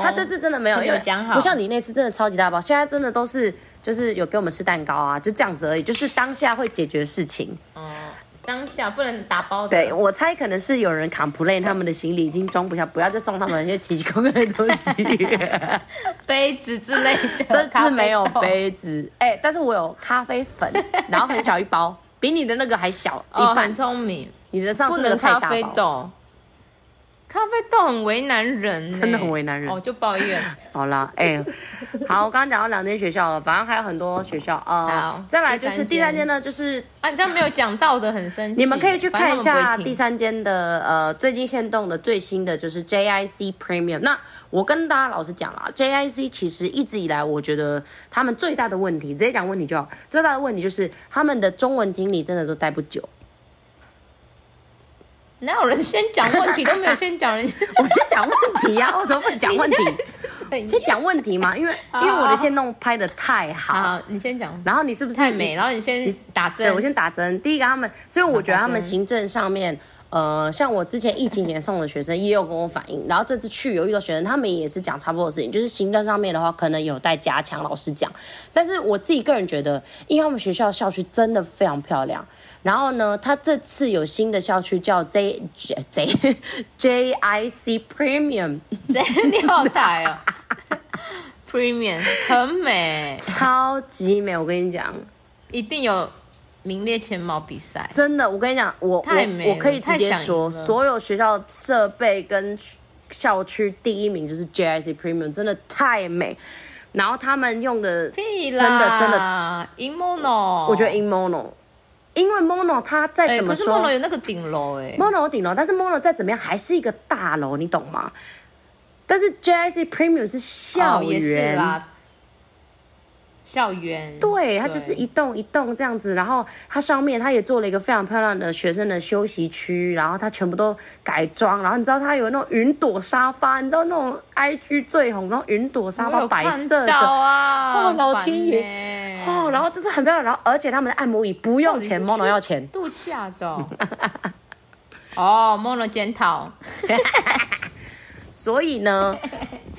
[SPEAKER 1] 他这次真的没有，
[SPEAKER 2] 可能
[SPEAKER 1] 因为
[SPEAKER 2] 有讲好
[SPEAKER 1] 不像你那次真的超级大包，现在真的都是就是有给我们吃蛋糕啊，就这样子而已，就是当下会解决事情。
[SPEAKER 2] 哦，当下不能打包的。
[SPEAKER 1] 对，我猜可能是有人 complain 他们的行李已经装不下，不要再送他们一些奇奇怪怪的东西。
[SPEAKER 2] 杯子之类的，
[SPEAKER 1] 这
[SPEAKER 2] 咖
[SPEAKER 1] 次
[SPEAKER 2] 啡
[SPEAKER 1] 没有
[SPEAKER 2] 豆
[SPEAKER 1] 杯子，哎、但是我有咖啡粉，然后很小一包，比你的那个还 小
[SPEAKER 2] 哦，
[SPEAKER 1] 一半
[SPEAKER 2] 很。聪明，
[SPEAKER 1] 你的上
[SPEAKER 2] 不
[SPEAKER 1] 次那个
[SPEAKER 2] 能
[SPEAKER 1] 太
[SPEAKER 2] 咖
[SPEAKER 1] 大
[SPEAKER 2] 啡
[SPEAKER 1] 包，
[SPEAKER 2] 豆，咖啡豆很为难人呢，
[SPEAKER 1] 真的很为难人
[SPEAKER 2] 哦，就抱怨。
[SPEAKER 1] 好啦，哎、好，我刚刚讲到两间学校了，反正还有很多学校啊、呃
[SPEAKER 2] 好
[SPEAKER 1] 再来
[SPEAKER 2] 第
[SPEAKER 1] 就
[SPEAKER 2] 三
[SPEAKER 1] 是第
[SPEAKER 2] 间
[SPEAKER 1] 三间呢，就是
[SPEAKER 2] 啊，你这样没有讲到的，很生气。
[SPEAKER 1] 你们可以去看一
[SPEAKER 2] 反正他
[SPEAKER 1] 下
[SPEAKER 2] 们不
[SPEAKER 1] 第
[SPEAKER 2] 会听
[SPEAKER 1] 三间的呃最近限动的最新的就是 JIC Premium。那我跟大家老实讲啦，JIC 其实一直以来我觉得他们最大的问题，直接讲问题就好，最大的问题就是他们的中文经理真的都待不久。
[SPEAKER 2] 哪有人先讲问题都没有先讲人家？
[SPEAKER 1] 我在讲问题呀、为什么不讲问题？
[SPEAKER 2] 你
[SPEAKER 1] 先讲问题嘛，因为因
[SPEAKER 2] 好
[SPEAKER 1] 为 我的限动拍的太好，
[SPEAKER 2] 好，你先讲。
[SPEAKER 1] 然后你是不是
[SPEAKER 2] 啊太美，然后你先打针。
[SPEAKER 1] 对我先打针。第一个，他们，所以我觉得他
[SPEAKER 2] 打
[SPEAKER 1] 们
[SPEAKER 2] 针
[SPEAKER 1] 行政上面，呃，像我之前疫情前送的学生也有跟我反映，然后这次去有遇到学生，他们也是讲差不多的事情，就是行政上面的话，可能有待加强。老师讲，但是我自己个人觉得，因为他们学校校区真的非常漂亮。然后呢，他这次有新的校区叫 J J J J I C Premium，
[SPEAKER 2] 真你好歹哦 ，Premium 很美，
[SPEAKER 1] 超级美，我跟你讲。
[SPEAKER 2] 一定有名列前茅比赛。
[SPEAKER 1] 真的，我跟你讲，我
[SPEAKER 2] 太美
[SPEAKER 1] 我
[SPEAKER 2] 了
[SPEAKER 1] 我可以直接
[SPEAKER 2] 太想赢
[SPEAKER 1] 说，
[SPEAKER 2] 了
[SPEAKER 1] 所有学校设备跟校区第一名就是 JIC Premium，真的太美。然后他们用的，
[SPEAKER 2] 屁啦！
[SPEAKER 1] 真的真
[SPEAKER 2] 的 i m o n o
[SPEAKER 1] 我觉得 in mono，因为 mono 它再
[SPEAKER 2] 哎，
[SPEAKER 1] 怎么
[SPEAKER 2] 可是
[SPEAKER 1] 说、
[SPEAKER 2] 梦楼有那个顶楼哎，
[SPEAKER 1] mono 有顶楼，但是 mono 再怎么样还是一个大楼，你懂吗？但是 JIC Premium 是校
[SPEAKER 2] 哦也是
[SPEAKER 1] 园，
[SPEAKER 2] 啦，校园，
[SPEAKER 1] 对，它就是一栋一栋这样子，然后它上面它也做了一个非常漂亮的学生的休息区，然后它全部都改装，然后你知道它有那种云朵沙发，你知道那种 IG 最红那种云朵沙
[SPEAKER 2] 我
[SPEAKER 1] 发
[SPEAKER 2] 有
[SPEAKER 1] 白色
[SPEAKER 2] 看到
[SPEAKER 1] 的。
[SPEAKER 2] 啊，
[SPEAKER 1] 哦
[SPEAKER 2] 很
[SPEAKER 1] 老
[SPEAKER 2] 烦欸
[SPEAKER 1] 天
[SPEAKER 2] 耶，
[SPEAKER 1] 哦，然后就是很漂亮，然后而且他们的按摩椅不用钱
[SPEAKER 2] 到底
[SPEAKER 1] ，Mono
[SPEAKER 2] 是
[SPEAKER 1] 要钱，
[SPEAKER 2] 度假的 哦。哦，梦楼检讨，
[SPEAKER 1] 所以呢，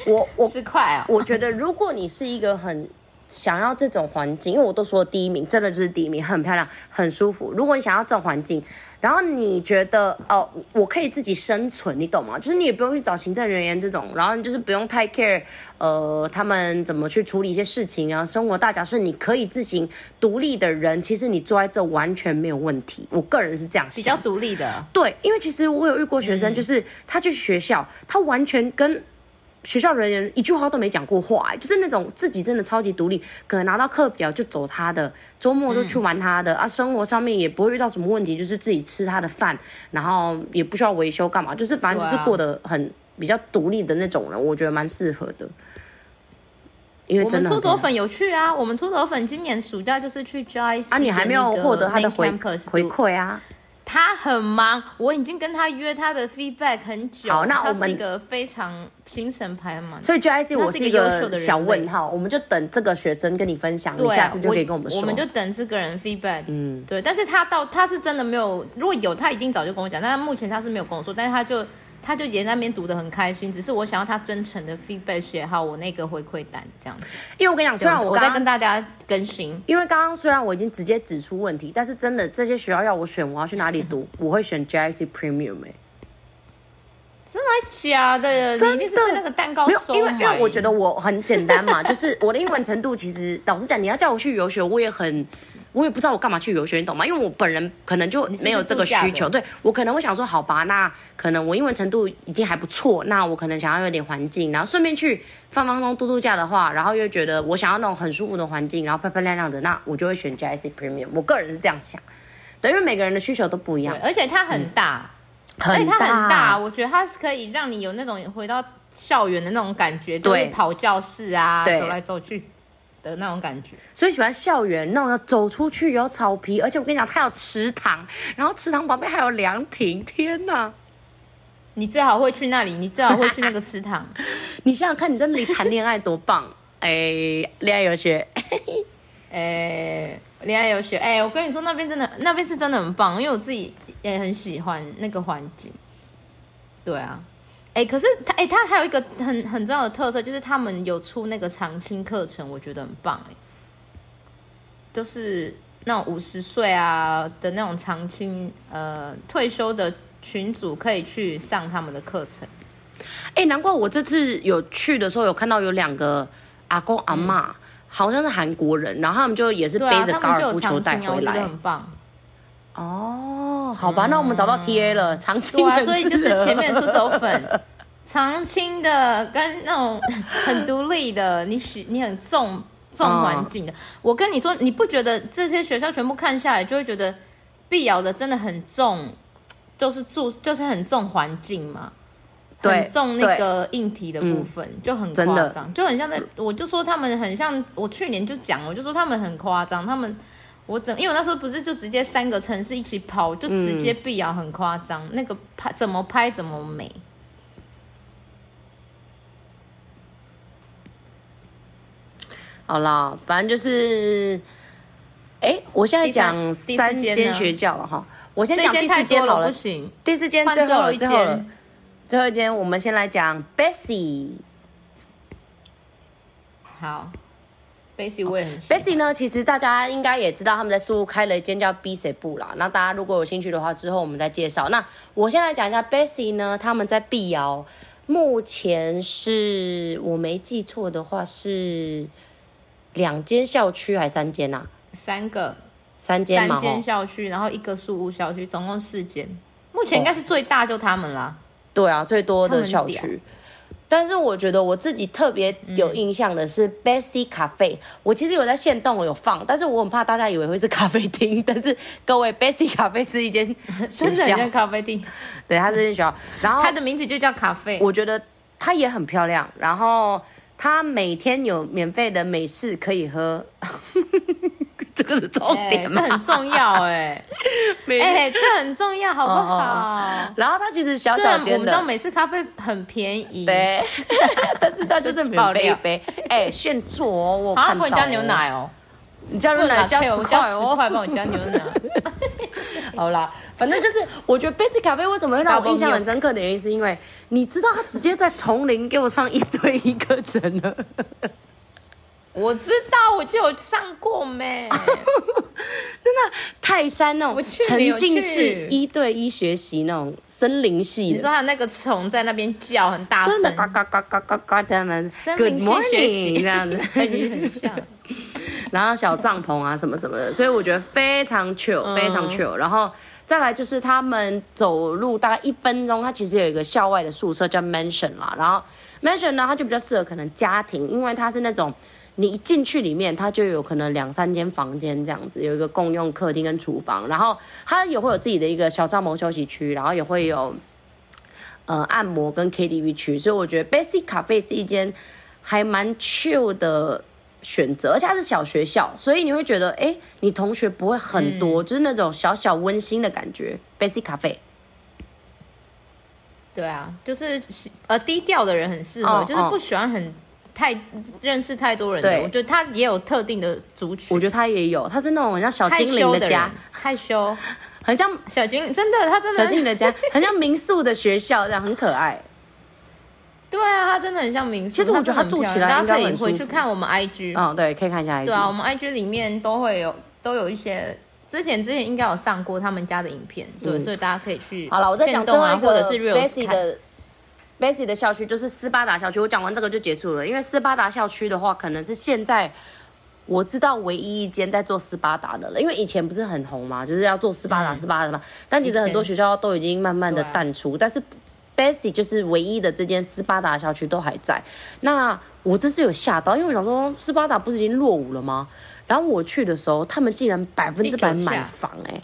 [SPEAKER 1] 我我
[SPEAKER 2] 十块哦，
[SPEAKER 1] 我觉得如果你是一个很想要这种环境，因为我都说第一名，真的就是第一名，很漂亮，很舒服。如果你想要这种环境，然后你觉得哦，我可以自己生存，你懂吗？就是你也不用去找行政人员这种，然后你就是不用太 care 呃他们怎么去处理一些事情啊，生活大小事，你可以自行独立的人，其实你坐在这完全没有问题。我个人是这样
[SPEAKER 2] 比较
[SPEAKER 1] 想。
[SPEAKER 2] 独立的，
[SPEAKER 1] 对，因为其实我有遇过学
[SPEAKER 2] 嗯
[SPEAKER 1] 生，就是他去学校，他完全跟学校人员一句话都没讲过话、欸，就是那种自己真的超级独立，可能拿到课表就走他的，周末就去玩他的、
[SPEAKER 2] 嗯
[SPEAKER 1] 啊，生活上面也不会遇到什么问题，就是自己吃他的饭，然后也不需要维修干嘛，就是反正就是
[SPEAKER 2] 对啊
[SPEAKER 1] 过得很比较独立的那种人，我觉得蛮适合的。因为
[SPEAKER 2] 我
[SPEAKER 1] 真的
[SPEAKER 2] 们
[SPEAKER 1] 很
[SPEAKER 2] 出走
[SPEAKER 1] 漂亮
[SPEAKER 2] 粉有去啊，我们出走粉今年暑假就是去 Joyce
[SPEAKER 1] 啊，你还没有获得他的回回
[SPEAKER 2] 馈，
[SPEAKER 1] 馈啊。
[SPEAKER 2] 他很忙，我已经跟他约他的 feedback 很久。
[SPEAKER 1] 好那
[SPEAKER 2] 他
[SPEAKER 1] 我们
[SPEAKER 2] 是一个非常行程排满。
[SPEAKER 1] 所以 JIC
[SPEAKER 2] 他
[SPEAKER 1] 我
[SPEAKER 2] 是
[SPEAKER 1] 是
[SPEAKER 2] 一
[SPEAKER 1] 一
[SPEAKER 2] 个优秀
[SPEAKER 1] 个
[SPEAKER 2] 的人
[SPEAKER 1] 小问
[SPEAKER 2] 类
[SPEAKER 1] 号，我们就等这个学生跟你分享，你
[SPEAKER 2] 对啊，
[SPEAKER 1] 下次就可以跟我们说。
[SPEAKER 2] 我们就等这个人 feedback。
[SPEAKER 1] 嗯，
[SPEAKER 2] 对，但是他到他是真的没有，如果有他一定早就跟我讲，但他目前他是没有跟我说，但是他就他就也在那边读的很开心，只是我想要他真诚的 feedback 写好我那个回馈单这样子。
[SPEAKER 1] 因为我跟你讲，虽然
[SPEAKER 2] 对
[SPEAKER 1] 啊我
[SPEAKER 2] 我
[SPEAKER 1] 刚
[SPEAKER 2] 在
[SPEAKER 1] 刚
[SPEAKER 2] 跟大家更新，
[SPEAKER 1] 因为刚刚虽然我已经直接指出问题，但是真的这些学校要我选，我要去哪里读，我会选 JIC Premium 哎、
[SPEAKER 2] 真的假的？
[SPEAKER 1] 真的
[SPEAKER 2] 你一定是被那个蛋糕
[SPEAKER 1] 没有，
[SPEAKER 2] 收
[SPEAKER 1] 因为因为我觉
[SPEAKER 2] 得
[SPEAKER 1] 得我很简单嘛， 就是我的英文程度其实老实讲，你要叫我去游学，我也很。我也不知道我干嘛去游学，你懂吗？因为我本人可能就
[SPEAKER 2] 你是
[SPEAKER 1] 没有这个
[SPEAKER 2] 去度假的
[SPEAKER 1] 需求，对我可能会想说，好吧，那可能我英文程度已经还不错，那我可能想要有点环境，然后顺便去放放松、度度假的话，然后又觉得我想要那种很舒服的环境，然后漂漂亮亮的，那我就会选 JIC Premium。我个人是这样想，对，因为每个人的需求都不一样
[SPEAKER 2] 对，，而且它很大。而且
[SPEAKER 1] 很
[SPEAKER 2] 它很大，
[SPEAKER 1] 大，
[SPEAKER 2] 我觉得它是可以让你有那种回到校园的那种感觉，就
[SPEAKER 1] 对
[SPEAKER 2] 是跑教室啊，
[SPEAKER 1] 对
[SPEAKER 2] 走来走去的那种感觉。
[SPEAKER 1] 所以喜欢校园那种要走出去有草皮，而且我跟你讲，它有池塘，然后池塘旁边还有凉亭，天哪！
[SPEAKER 2] 你最好会去那里，你最好会去那个池塘。
[SPEAKER 1] 你想想看，你在那里谈恋爱多棒！ 哎，恋爱游学，
[SPEAKER 2] 诶，恋爱游学，诶，我跟你说，那边真的，那边是真的很棒，因为我自己也很喜欢那个环境。对啊，诶，可是它，哎诶，它还有一个很很重要的特色，就是他们有出那个长青课程，我觉得很棒，诶，就是那种五十岁啊的那种长青，呃，退休的群组可以去上他们的课程。
[SPEAKER 1] 哎，难怪我这次有去的时候有看到有两个阿公阿嬷，好像是韩国人，然后他们就也是
[SPEAKER 2] 对
[SPEAKER 1] 背
[SPEAKER 2] 啊，
[SPEAKER 1] 着
[SPEAKER 2] 他
[SPEAKER 1] 高
[SPEAKER 2] 们就
[SPEAKER 1] 尔
[SPEAKER 2] 有
[SPEAKER 1] 夫球
[SPEAKER 2] 长
[SPEAKER 1] 带
[SPEAKER 2] 青啊，我
[SPEAKER 1] 回
[SPEAKER 2] 觉
[SPEAKER 1] 来。
[SPEAKER 2] 得很棒。
[SPEAKER 1] 哦，好吧，那我们找到 TA 了，长青
[SPEAKER 2] 对
[SPEAKER 1] 的
[SPEAKER 2] 啊，
[SPEAKER 1] 人
[SPEAKER 2] 所以就是
[SPEAKER 1] 适合
[SPEAKER 2] 前面的出走 粉，常青的跟那种很独立的，你喜你很重重环境
[SPEAKER 1] 嗯
[SPEAKER 2] 的。我跟你说，你不觉得这些学校全部看下来，就会觉得碧瑶的真的很重，就是住就是很重环境嘛。
[SPEAKER 1] 对嗯
[SPEAKER 2] 很重那个硬体的部分，就很夸
[SPEAKER 1] 真
[SPEAKER 2] 张，就很像在，我就说他们很像，我去年就讲，我就说他们很夸张，他们我整，因为我那时候不是就直接三个城市一起跑，就直接碧瑶很夸张，那个拍怎么拍怎么美。
[SPEAKER 1] 好啦，反正就是，哎、我现在
[SPEAKER 2] 第三
[SPEAKER 1] 讲
[SPEAKER 2] 第四
[SPEAKER 1] 三
[SPEAKER 2] 间
[SPEAKER 1] 间
[SPEAKER 2] 呢
[SPEAKER 1] 学校了哈，我先
[SPEAKER 2] 这
[SPEAKER 1] 讲
[SPEAKER 2] 间
[SPEAKER 1] 第
[SPEAKER 2] 太
[SPEAKER 1] 四
[SPEAKER 2] 多
[SPEAKER 1] 间好
[SPEAKER 2] 了，
[SPEAKER 1] 了
[SPEAKER 2] 不，行，
[SPEAKER 1] 第四间
[SPEAKER 2] 换
[SPEAKER 1] 最
[SPEAKER 2] 最
[SPEAKER 1] 后
[SPEAKER 2] 后
[SPEAKER 1] 了，
[SPEAKER 2] 一
[SPEAKER 1] 最后了
[SPEAKER 2] 间，
[SPEAKER 1] 最后一间，我们先来讲 Bessie。
[SPEAKER 2] 好。Basic 我也很喜欢
[SPEAKER 1] Bessie 呢，其实大家应该也知道，他们在苏屋开了一间叫 b s 部啦。那大家如果有兴趣的话，之后我们再介绍。那我先来讲一下 Bessie 呢，他们在碧瑶，目前是我没记错的话是两间校区还是三间啊？
[SPEAKER 2] 三个
[SPEAKER 1] 三间嘛，吼
[SPEAKER 2] 三间校区，然后一个树屋校区，总共四间。目前应该是最大就他们啦。
[SPEAKER 1] 对啊，最多
[SPEAKER 2] 他
[SPEAKER 1] 的
[SPEAKER 2] 们
[SPEAKER 1] 校
[SPEAKER 2] 屌
[SPEAKER 1] 区。但是我觉得我自己特别
[SPEAKER 2] 嗯
[SPEAKER 1] 有印象的是 Bessie Cafe，、我其实有在线动我有放，但是我很怕大家以为会是咖啡厅，但是各 位 Bessie Cafe 是一间学
[SPEAKER 2] 真的很
[SPEAKER 1] 校，
[SPEAKER 2] 像咖啡厅，
[SPEAKER 1] 对，它是一间学校。然后
[SPEAKER 2] 它的名字就叫咖啡。
[SPEAKER 1] 哦我觉得它也很漂亮，然后它每天有免费的美式可以喝， 这个是重
[SPEAKER 2] 哎，
[SPEAKER 1] 点
[SPEAKER 2] 这
[SPEAKER 1] 吗？
[SPEAKER 2] 很重要 哎、
[SPEAKER 1] 每天
[SPEAKER 2] 哎、这很重要，好不好？
[SPEAKER 1] 然后它其哦实小
[SPEAKER 2] 虽
[SPEAKER 1] 小
[SPEAKER 2] 然
[SPEAKER 1] 间的，
[SPEAKER 2] 我们知道美式咖啡很便宜，
[SPEAKER 1] 对，但是它就是免
[SPEAKER 2] 爆
[SPEAKER 1] 费一
[SPEAKER 2] 料
[SPEAKER 1] 杯，哎、现做哦，我
[SPEAKER 2] 好
[SPEAKER 1] 看
[SPEAKER 2] 像啊不
[SPEAKER 1] 到、
[SPEAKER 2] 能加牛奶哦，
[SPEAKER 1] 你加牛奶加
[SPEAKER 2] 对
[SPEAKER 1] 十
[SPEAKER 2] 我
[SPEAKER 1] 块
[SPEAKER 2] 加十
[SPEAKER 1] 哦，
[SPEAKER 2] 块帮我加牛奶。
[SPEAKER 1] 好啦，反正就是我觉得杯子咖啡为什么会让我印象很深刻的原因，是因为你知道他直接在丛林给我上一对一课程 了。
[SPEAKER 2] 我知道，我就有上 过没？
[SPEAKER 1] 真的泰山那
[SPEAKER 2] 我
[SPEAKER 1] 种
[SPEAKER 2] 去年有
[SPEAKER 1] 沉浸
[SPEAKER 2] 去
[SPEAKER 1] 式一对一学习那种森林系
[SPEAKER 2] 你说
[SPEAKER 1] 的，
[SPEAKER 2] 还有那个虫在那边叫很大
[SPEAKER 1] 真的
[SPEAKER 2] 声，
[SPEAKER 1] 嘎嘎嘎嘎嘎嘎这样的
[SPEAKER 2] 森
[SPEAKER 1] ，Good
[SPEAKER 2] 林系学习
[SPEAKER 1] morning 这样子，
[SPEAKER 2] 很像。
[SPEAKER 1] 然后小帐篷啊什么什么的，所以我觉得非常 chill，、
[SPEAKER 2] 嗯
[SPEAKER 1] 非常 chill。然后再来就是他们走路大概一分钟，它其实有一个校外的宿舍叫 mansion 啦，然后 mansion 呢它就比较适合可能家庭，因为它是那种。你一进去里面，它就有可能两三间房间这样子，有一个共用客厅跟厨房，然后它也会有自己的一个小帐篷休息区，然后也会有呃按摩跟 KTV 区，所以我觉得 Basic Cafe 是一间还蛮 chill 的选择，而且它是小学校，所以你会觉得哎、诶你同学不会很
[SPEAKER 2] 嗯
[SPEAKER 1] 多，就是那种小小温馨的感觉。Basic Cafe
[SPEAKER 2] 对啊，就是呃低调的人很适合，
[SPEAKER 1] 哦
[SPEAKER 2] 就是不喜欢很太认识太多人的。
[SPEAKER 1] 对
[SPEAKER 2] 我觉得他也有特定的族群
[SPEAKER 1] 我，觉得它也有，它是那种很像小
[SPEAKER 2] 害
[SPEAKER 1] 精灵
[SPEAKER 2] 羞人
[SPEAKER 1] 家，，
[SPEAKER 2] 害羞
[SPEAKER 1] 很像
[SPEAKER 2] 小精灵真的他真的
[SPEAKER 1] 小精灵的家，很像民宿的学校这样，很可 爱。
[SPEAKER 2] 对啊，他真的很像民宿。
[SPEAKER 1] 其实我觉得
[SPEAKER 2] 它
[SPEAKER 1] 它
[SPEAKER 2] 真的
[SPEAKER 1] 住
[SPEAKER 2] 很
[SPEAKER 1] 起
[SPEAKER 2] 漂
[SPEAKER 1] 来
[SPEAKER 2] 亮
[SPEAKER 1] 应
[SPEAKER 2] 大
[SPEAKER 1] 该
[SPEAKER 2] 家可以
[SPEAKER 1] 很舒
[SPEAKER 2] 回去
[SPEAKER 1] 服
[SPEAKER 2] 看我们 IG。
[SPEAKER 1] 嗯，对，可以看一下 IG。
[SPEAKER 2] 对啊，我们 IG 里面都会有都有一些。之前之前应该有上过他们家的影片，对，
[SPEAKER 1] 嗯
[SPEAKER 2] 所以大家可以去
[SPEAKER 1] 好了，我再讲
[SPEAKER 2] 限
[SPEAKER 1] 最
[SPEAKER 2] 动
[SPEAKER 1] 后
[SPEAKER 2] 啊，
[SPEAKER 1] 一
[SPEAKER 2] 或
[SPEAKER 1] 个
[SPEAKER 2] 者是
[SPEAKER 1] Bessy
[SPEAKER 2] Reels 看。
[SPEAKER 1] 的 Bessy 的校区，就是斯巴达校区。我讲完这个就结束了，因为斯巴达校区的话，可能是现在我知道唯一一间在做斯巴达的了，因为以前不是很红嘛，就是要做斯巴达、
[SPEAKER 2] 嗯
[SPEAKER 1] 斯巴达嘛。但其实很多
[SPEAKER 2] 以前
[SPEAKER 1] 学校都已经慢慢的
[SPEAKER 2] 对啊
[SPEAKER 1] 淡出，但是 Bessy 就是唯一的这间斯巴达校区都还在。那我这次有吓到，因为我想说斯巴达不是已经落伍了吗？然后我去的时候，他们竟然百分之百
[SPEAKER 2] 立刻吓
[SPEAKER 1] 满房哎、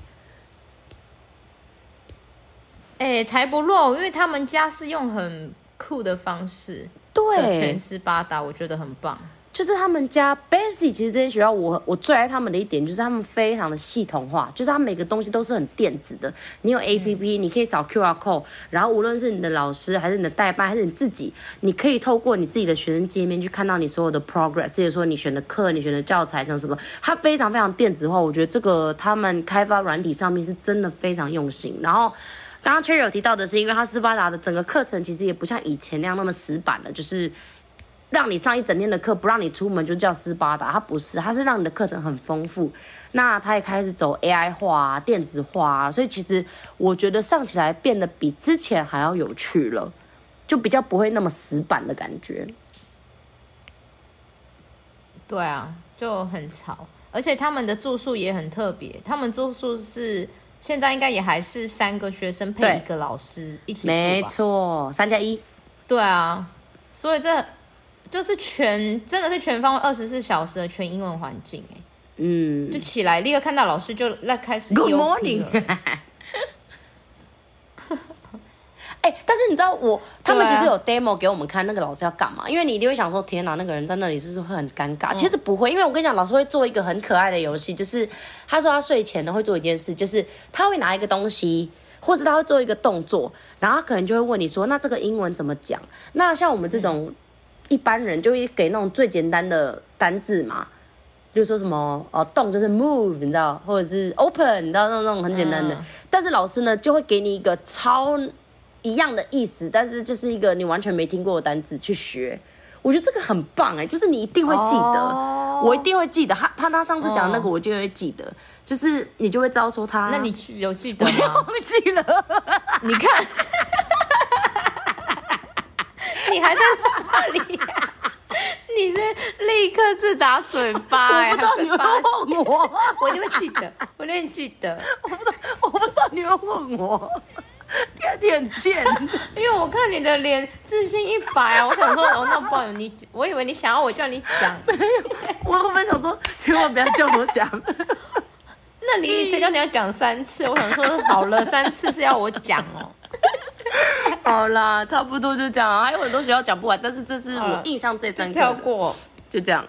[SPEAKER 2] 哎、才不落，因为他们家是用很酷的方式的
[SPEAKER 1] 对
[SPEAKER 2] 全，斯巴达，我觉得很棒。
[SPEAKER 1] 就是他们家 Basic，其实这些学校我我最爱他们的一点就是他们非常的系统化，就是他们每个东西都是很电子的。你有 A P P，、你可以扫 Q R code，然后无论是你的老师还是你的代办还是你自己，你可以透过你自己的学生界面去看到你所有的 progress，比如说你选的课、你选的教材像什么，它非常非常电子化。我觉得这个他们开发软体上面是真的非常用心，然后。刚刚 Cherry 有提到的是，因为它斯巴达的整个课程其实也不像以前那样那么死板了，就是让你上一整天的课，不让你出门就叫斯巴达，它不是，它是让你的课程很丰富。那它也开始走 AI 化、啊、电子化、啊，所以其实我觉得上起来变得比之前还要有趣了，就比较不会那么死板的感觉。
[SPEAKER 2] 对啊，就很吵，而且他们的住宿也很特别，他们住宿是现在应该也还是三个学生配
[SPEAKER 1] 对
[SPEAKER 2] 一个老师一起住吧
[SPEAKER 1] 没错，三加一，
[SPEAKER 2] 对啊，所以这就是全真的是全方位二十四小时的全英文环境哎、
[SPEAKER 1] 嗯
[SPEAKER 2] 就起来立刻看到老师就那开始
[SPEAKER 1] ，Good
[SPEAKER 2] EOP 了
[SPEAKER 1] morning 。哎、但是你知道我他们
[SPEAKER 2] 对啊
[SPEAKER 1] 其实有 demo 给我们看那个老师要干嘛，因为你一定会想说，天哪，那个人在那里是不是会很尴
[SPEAKER 2] 嗯
[SPEAKER 1] 尬？其实不会，因为我跟你讲，老师会做一个很可爱的游戏，就是他说他睡前呢会做一件事，就是他会拿一个东西。或是他会做一个动作，然后他可能就会问你说：“那这个英文怎么讲？”那像我们这种一般人，就会给那种最简单的单字嘛，比如说什么呃动就是 move，你知道，或者是 open，你知道那种那种很简单的。
[SPEAKER 2] 嗯
[SPEAKER 1] 但是老师呢就会给你一个超一样的意思，但是就是一个你完全没听过的单词去学。我觉得这个很棒哎、就是你一定会记得，
[SPEAKER 2] 哦嗯
[SPEAKER 1] 我一定会记得。他他他上次讲的那个，我就会记得，就是你就会知道说他。
[SPEAKER 2] 那你去有记得
[SPEAKER 1] 我就忘
[SPEAKER 2] 吗？
[SPEAKER 1] 记了，
[SPEAKER 2] 你 看，你还在那里、你这立刻自打嘴巴、
[SPEAKER 1] 我
[SPEAKER 2] 哎
[SPEAKER 1] 不知道
[SPEAKER 2] 还
[SPEAKER 1] 你
[SPEAKER 2] 被
[SPEAKER 1] 们
[SPEAKER 2] 发现
[SPEAKER 1] 问我，
[SPEAKER 2] 我一定会记得，我一定会记得，
[SPEAKER 1] 我不知道你们问我， 你很贱。
[SPEAKER 2] 因为我看你的脸自信一百啊，我想说，哦，那不然你，我以为你想要我叫你讲，
[SPEAKER 1] 我原本想说，千万不要叫我讲。
[SPEAKER 2] 那你谁叫你要讲三次？我想说，好了，三次是要我讲 哦。
[SPEAKER 1] 好啦，差不多就这样啊，还有很多学校讲不完，但是这是我印象最深刻
[SPEAKER 2] 跳
[SPEAKER 1] 的。
[SPEAKER 2] 过。
[SPEAKER 1] 就这样，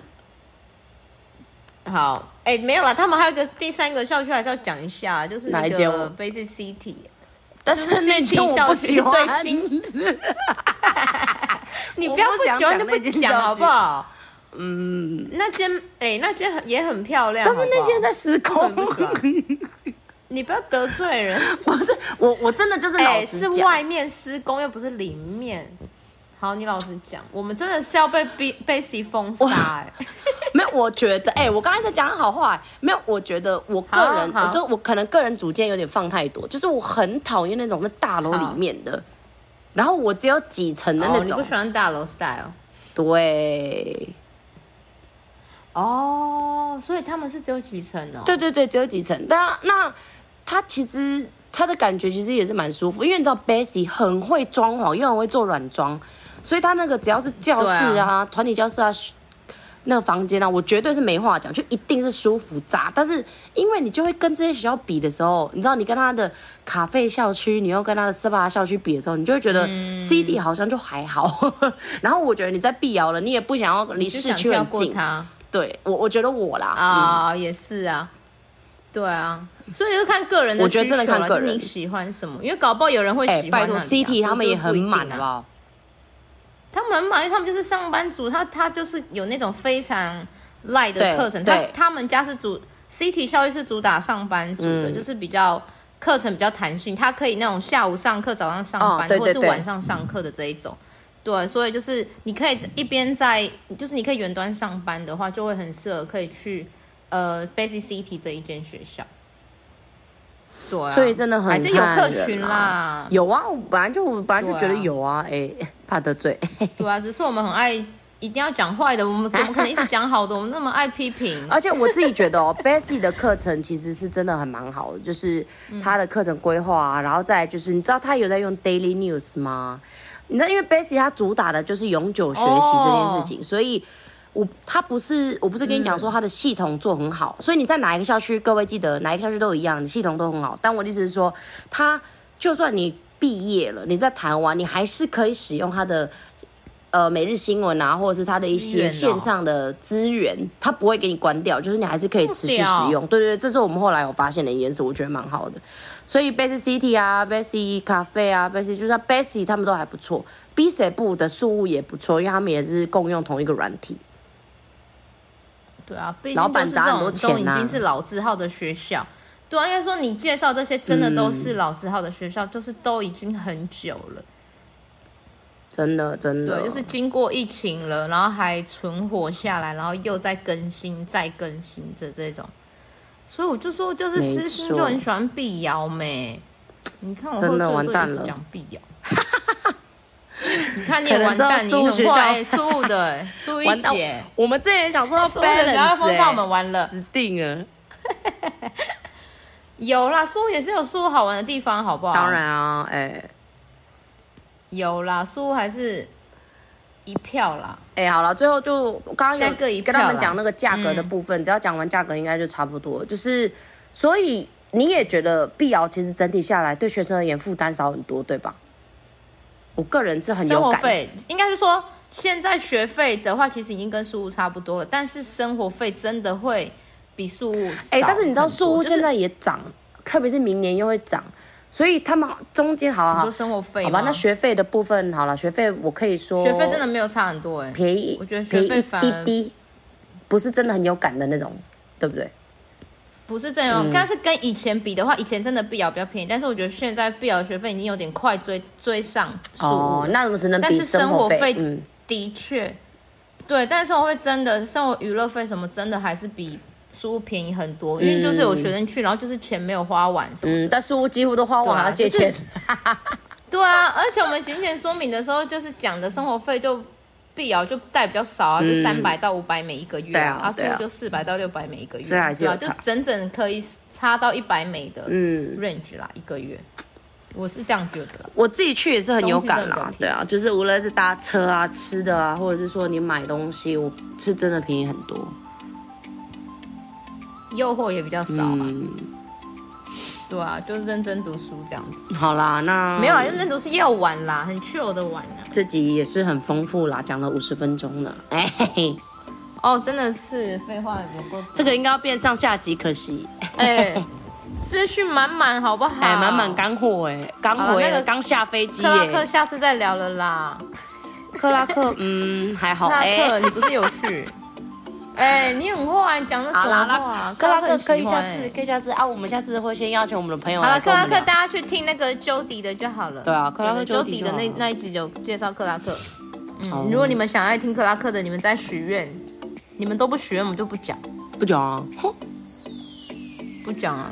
[SPEAKER 2] 好，哎、没有啦，他们还有一个第三个校区还是要讲一下，就是那
[SPEAKER 1] 哪一间
[SPEAKER 2] 个
[SPEAKER 1] 我
[SPEAKER 2] Basic City。
[SPEAKER 1] 但是那间我不喜欢。啊
[SPEAKER 2] 你不要不喜欢就不讲好不好？
[SPEAKER 1] 嗯，
[SPEAKER 2] 那间哎、那间很也很漂亮，
[SPEAKER 1] 但是那间
[SPEAKER 2] 好
[SPEAKER 1] 在时
[SPEAKER 2] 不好
[SPEAKER 1] 空
[SPEAKER 2] 为什么不喜欢
[SPEAKER 1] 里
[SPEAKER 2] 你不要得罪 人。
[SPEAKER 1] 不是 我，我真的就是老
[SPEAKER 2] 哎、
[SPEAKER 1] 实
[SPEAKER 2] 是
[SPEAKER 1] 讲，
[SPEAKER 2] 外面施工，又不是里面。好，你老实讲，我们真的是要被逼被 C 封杀哎、
[SPEAKER 1] 没有，我觉得，哎、我刚才在讲好话、没有，我觉得我个人，
[SPEAKER 2] 好好
[SPEAKER 1] 我就我可能个人主见有点放太多，就是我很讨厌那种在大楼里面的，然后我只有几层的
[SPEAKER 2] 哦，
[SPEAKER 1] 那
[SPEAKER 2] 你
[SPEAKER 1] 种，
[SPEAKER 2] 不喜欢大楼 style
[SPEAKER 1] 对，
[SPEAKER 2] 哦，所以他们是只有几层哦。
[SPEAKER 1] 对对对，只有几层，但那它其实它的感觉其实也是蛮舒服，因为你知道 Bessy 很会装潢，又很会做软装，所以他那个只要是教室
[SPEAKER 2] 对
[SPEAKER 1] 啊、团、体教室啊、那个房间啊，我绝对是没话讲，就一定是舒服炸。但是因为你就会跟这些学校比的时候，你知道你跟他的卡费校区，你又跟他的斯巴达校区比的时候，你就会觉得
[SPEAKER 2] 嗯
[SPEAKER 1] CD 好像就还好。 然后我觉得你在碧瑶了，你也不想要离
[SPEAKER 2] 就
[SPEAKER 1] 市
[SPEAKER 2] 想
[SPEAKER 1] 区
[SPEAKER 2] 跳
[SPEAKER 1] 很
[SPEAKER 2] 过
[SPEAKER 1] 近。嗯
[SPEAKER 2] 他
[SPEAKER 1] 对我，我觉得我啦，
[SPEAKER 2] 啊、也是啊，对啊，所以就看个人的
[SPEAKER 1] 我
[SPEAKER 2] 需求
[SPEAKER 1] 觉得
[SPEAKER 2] 啦，
[SPEAKER 1] 真的看个人
[SPEAKER 2] 就你喜欢什么，因为搞不好有人会喜
[SPEAKER 1] 哎、
[SPEAKER 2] 欢、啊
[SPEAKER 1] 拜托，CT 他们也很满，啊好
[SPEAKER 2] 的
[SPEAKER 1] 不
[SPEAKER 2] 吧？
[SPEAKER 1] 好？
[SPEAKER 2] 他们很满，因为他们就是上班族，他他就是有那种非常赖的
[SPEAKER 1] 对
[SPEAKER 2] 课程，他
[SPEAKER 1] 对
[SPEAKER 2] 他们家是主 CT 校育是主打上班族的，
[SPEAKER 1] 嗯
[SPEAKER 2] 就是比较。课程比较弹性，他可以那种下午上课、早上上
[SPEAKER 1] 哦
[SPEAKER 2] 班，
[SPEAKER 1] 对对
[SPEAKER 2] 或者
[SPEAKER 1] 对
[SPEAKER 2] 是晚上上课的这一种。对，所以就是你可以一边在，就是你可以远端上班的话，就会很适合可以去呃 Basic City 这一间学校。对啊、
[SPEAKER 1] 所以真的很
[SPEAKER 2] 还是有客
[SPEAKER 1] 看人
[SPEAKER 2] 群啦
[SPEAKER 1] 啊。有啊，我本来就我本来就觉得
[SPEAKER 2] 对啊
[SPEAKER 1] 有啊，哎、怕得罪，
[SPEAKER 2] 对啊，只是我们很爱一定要讲坏的，我们怎么可能一直讲好的？我们那么爱批 评。
[SPEAKER 1] 而且我自己觉得哦 ，Bessy 的课程其实是真的很蛮好的，就是他的课程规划啊，然后再来就是你知道他有在用 Daily News 吗？你知道，因为 Bessy 他主打的就是永久学习这件事情，
[SPEAKER 2] 哦
[SPEAKER 1] 所以。我他不是，我不是跟你讲
[SPEAKER 2] 嗯
[SPEAKER 1] 说他的系统做很好，所以你在哪一个校区，各位记得哪一个校区都一样，你系统都很好。但我的意思是说，他就算你毕业了，你在台湾，你还是可以使用他的呃每日新闻啊，或者是他的一
[SPEAKER 2] 资源
[SPEAKER 1] 些
[SPEAKER 2] 哦
[SPEAKER 1] 线上的资源，他不会给你关掉，就是你还是可以持续使用。对对对，这是我们后来有发现的一件事，我觉得蛮好的。所以 Basic City 啊，Basic Cafe 啊，Basic 就是 Basic 他们都还不错 b i s e 部的宿务也不错，因为他们也是共用同一个软体。
[SPEAKER 2] 对啊，毕
[SPEAKER 1] 老
[SPEAKER 2] 竟
[SPEAKER 1] 板
[SPEAKER 2] 就是
[SPEAKER 1] 砸
[SPEAKER 2] 这
[SPEAKER 1] 很多
[SPEAKER 2] 种都
[SPEAKER 1] 钱
[SPEAKER 2] 已
[SPEAKER 1] 呐啊
[SPEAKER 2] 经是老字号的学校。对啊，应该说你介绍这些真的都
[SPEAKER 1] 嗯
[SPEAKER 2] 是老字号的学校，就是都已经很久了。
[SPEAKER 1] 真的，真的，
[SPEAKER 2] 对，就是经过疫情了，然后还存活下来，然后又在更新、再更新这这种。所以我就说，就是私心
[SPEAKER 1] 没错
[SPEAKER 2] 就很喜欢碧瑶妹。你看我
[SPEAKER 1] 真的
[SPEAKER 2] 后
[SPEAKER 1] 完
[SPEAKER 2] 座
[SPEAKER 1] 蛋
[SPEAKER 2] 就一直
[SPEAKER 1] 了
[SPEAKER 2] 讲 碧瑶。你看你也完
[SPEAKER 1] 可
[SPEAKER 2] 蛋，
[SPEAKER 1] 能
[SPEAKER 2] 你
[SPEAKER 1] 知道苏
[SPEAKER 2] 很
[SPEAKER 1] 学校
[SPEAKER 2] 坏、苏武的、 欸、苏一
[SPEAKER 1] 完蛋
[SPEAKER 2] 姐，。
[SPEAKER 1] 我们之前也想说要
[SPEAKER 2] 苏武的不要
[SPEAKER 1] balance，
[SPEAKER 2] 封杀我
[SPEAKER 1] 哎
[SPEAKER 2] 们完了。
[SPEAKER 1] 死定了。
[SPEAKER 2] 有啦，苏武也是有苏武好玩的地方，好不好？
[SPEAKER 1] 当然啊，哎、
[SPEAKER 2] 有啦，苏武还是一票啦。
[SPEAKER 1] 哎、好了，最后就我刚刚
[SPEAKER 2] 现在各一
[SPEAKER 1] 有
[SPEAKER 2] 票
[SPEAKER 1] 跟
[SPEAKER 2] 啦嗯
[SPEAKER 1] 他们讲那个价格的部分，只要讲完价格应该就差不多了。就是，所以你也觉得碧瑶其实整体下来对学生而言负担少很多，对吧？我个人是很
[SPEAKER 2] 生
[SPEAKER 1] 有
[SPEAKER 2] 活
[SPEAKER 1] 感，
[SPEAKER 2] 费应该是说，现在学费的话，其实已经跟宿务差不多了，但是生活费真的会比宿务
[SPEAKER 1] 哎、但是你知道树屋现
[SPEAKER 2] 在
[SPEAKER 1] 在也涨，特别是明年又会涨，所以他们中间好
[SPEAKER 2] 你
[SPEAKER 1] 好
[SPEAKER 2] 说生活费
[SPEAKER 1] 好吧，
[SPEAKER 2] 吗
[SPEAKER 1] 那学费的部分好了，学费我可以说
[SPEAKER 2] 学费真的没有差很多哎、
[SPEAKER 1] 便宜，
[SPEAKER 2] 我觉得学
[SPEAKER 1] 便
[SPEAKER 2] 费
[SPEAKER 1] 宜一
[SPEAKER 2] 反
[SPEAKER 1] 滴
[SPEAKER 2] 而
[SPEAKER 1] 滴，不是真的很有感的那种，对不对？
[SPEAKER 2] 不是这
[SPEAKER 1] 嗯
[SPEAKER 2] 样，但是跟以前比的话，以前真的碧瑶比较便宜，但是我觉得现在碧瑶学费已经有点快追追上宿务
[SPEAKER 1] 哦，
[SPEAKER 2] 了，
[SPEAKER 1] 那我们只能
[SPEAKER 2] 但
[SPEAKER 1] 比
[SPEAKER 2] 是生
[SPEAKER 1] 活
[SPEAKER 2] 活费
[SPEAKER 1] 嗯。
[SPEAKER 2] 的确，对，但是生活费真的生活娱乐费什么真的还是比。宿务便宜很多，因为就是有学生去，然后就是钱没有花完什么的
[SPEAKER 1] 嗯，但书屋几乎都花完，
[SPEAKER 2] 对啊
[SPEAKER 1] 还要借
[SPEAKER 2] 就是
[SPEAKER 1] 钱。
[SPEAKER 2] 对啊，而且我们行前说明的时候，就是讲的生活费就必要就带比较少啊，就三百到五百每一个月
[SPEAKER 1] 嗯对啊
[SPEAKER 2] 阿叔
[SPEAKER 1] 对啊
[SPEAKER 2] 就四百到六百每一个月，
[SPEAKER 1] 所以还是有
[SPEAKER 2] 对啊
[SPEAKER 1] 差
[SPEAKER 2] 就整整可以差到一百美的
[SPEAKER 1] 嗯，
[SPEAKER 2] range 啦，一个月，我是这样觉得啦。
[SPEAKER 1] 我自己去也是很有感
[SPEAKER 2] 东
[SPEAKER 1] 啦
[SPEAKER 2] 西真的比较便宜，
[SPEAKER 1] 对啊，就是无论是搭车啊、吃的啊，或者是说你买东西，我是真的便宜很多。
[SPEAKER 2] 诱惑也比较少啊，
[SPEAKER 1] 嗯，
[SPEAKER 2] 对啊，就是认真读书这样子，
[SPEAKER 1] 好啦，那
[SPEAKER 2] 没有啦，啊认真读书也有玩啦，很 chill 的玩啊啦。
[SPEAKER 1] 这集也是很丰富啦，讲了五十分钟了，哎嘿嘿，
[SPEAKER 2] 哦，真的是废话有 够多，
[SPEAKER 1] 这个应该要变上下集，可惜，
[SPEAKER 2] 哎，资讯满满好不好？
[SPEAKER 1] 哎，满满干货哎，刚
[SPEAKER 2] 好啦
[SPEAKER 1] 回
[SPEAKER 2] 那
[SPEAKER 1] 来
[SPEAKER 2] 个
[SPEAKER 1] 刚下飞机
[SPEAKER 2] 克拉克
[SPEAKER 1] 耶，
[SPEAKER 2] 下次再聊了啦。
[SPEAKER 1] 克拉克，嗯，还好
[SPEAKER 2] 纳
[SPEAKER 1] 哎
[SPEAKER 2] 克，，你不是有去？ 哎、你很坏，你讲的
[SPEAKER 1] 好
[SPEAKER 2] 什么
[SPEAKER 1] 啦，
[SPEAKER 2] 话啊
[SPEAKER 1] 那？克拉
[SPEAKER 2] 高
[SPEAKER 1] 克
[SPEAKER 2] 分喜
[SPEAKER 1] 可以下
[SPEAKER 2] 欢
[SPEAKER 1] 次
[SPEAKER 2] 哎
[SPEAKER 1] 可以下次啊，我们下次会先邀请我们的朋友
[SPEAKER 2] 好
[SPEAKER 1] 来
[SPEAKER 2] 了，
[SPEAKER 1] 哦跟
[SPEAKER 2] 克
[SPEAKER 1] 我
[SPEAKER 2] 拉
[SPEAKER 1] 们
[SPEAKER 2] 克，
[SPEAKER 1] 聊。
[SPEAKER 2] 大家去听那个 Jody 的就好了。
[SPEAKER 1] 对啊克拉克
[SPEAKER 2] 对
[SPEAKER 1] Jody
[SPEAKER 2] Jody 的
[SPEAKER 1] 就
[SPEAKER 2] 那
[SPEAKER 1] 好
[SPEAKER 2] 那一集有介绍克拉克。
[SPEAKER 1] 好
[SPEAKER 2] 嗯，如果你们想要听克拉克的，你们再许愿。你们都不许愿，我们就不讲，
[SPEAKER 1] 不讲啊，哼
[SPEAKER 2] 不讲啊。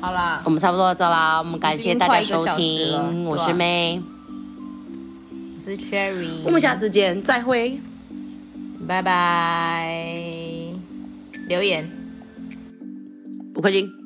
[SPEAKER 2] 好啦
[SPEAKER 1] 我，们差不多到这啦，我们感谢大家收
[SPEAKER 2] 已经快一个小时
[SPEAKER 1] 听，
[SPEAKER 2] 了
[SPEAKER 1] 我
[SPEAKER 2] 对
[SPEAKER 1] 是
[SPEAKER 2] 啊
[SPEAKER 1] 妹，
[SPEAKER 2] 我是 Cherry，
[SPEAKER 1] 我们下次见，再会。
[SPEAKER 2] 拜拜。留言。
[SPEAKER 1] 五颗星。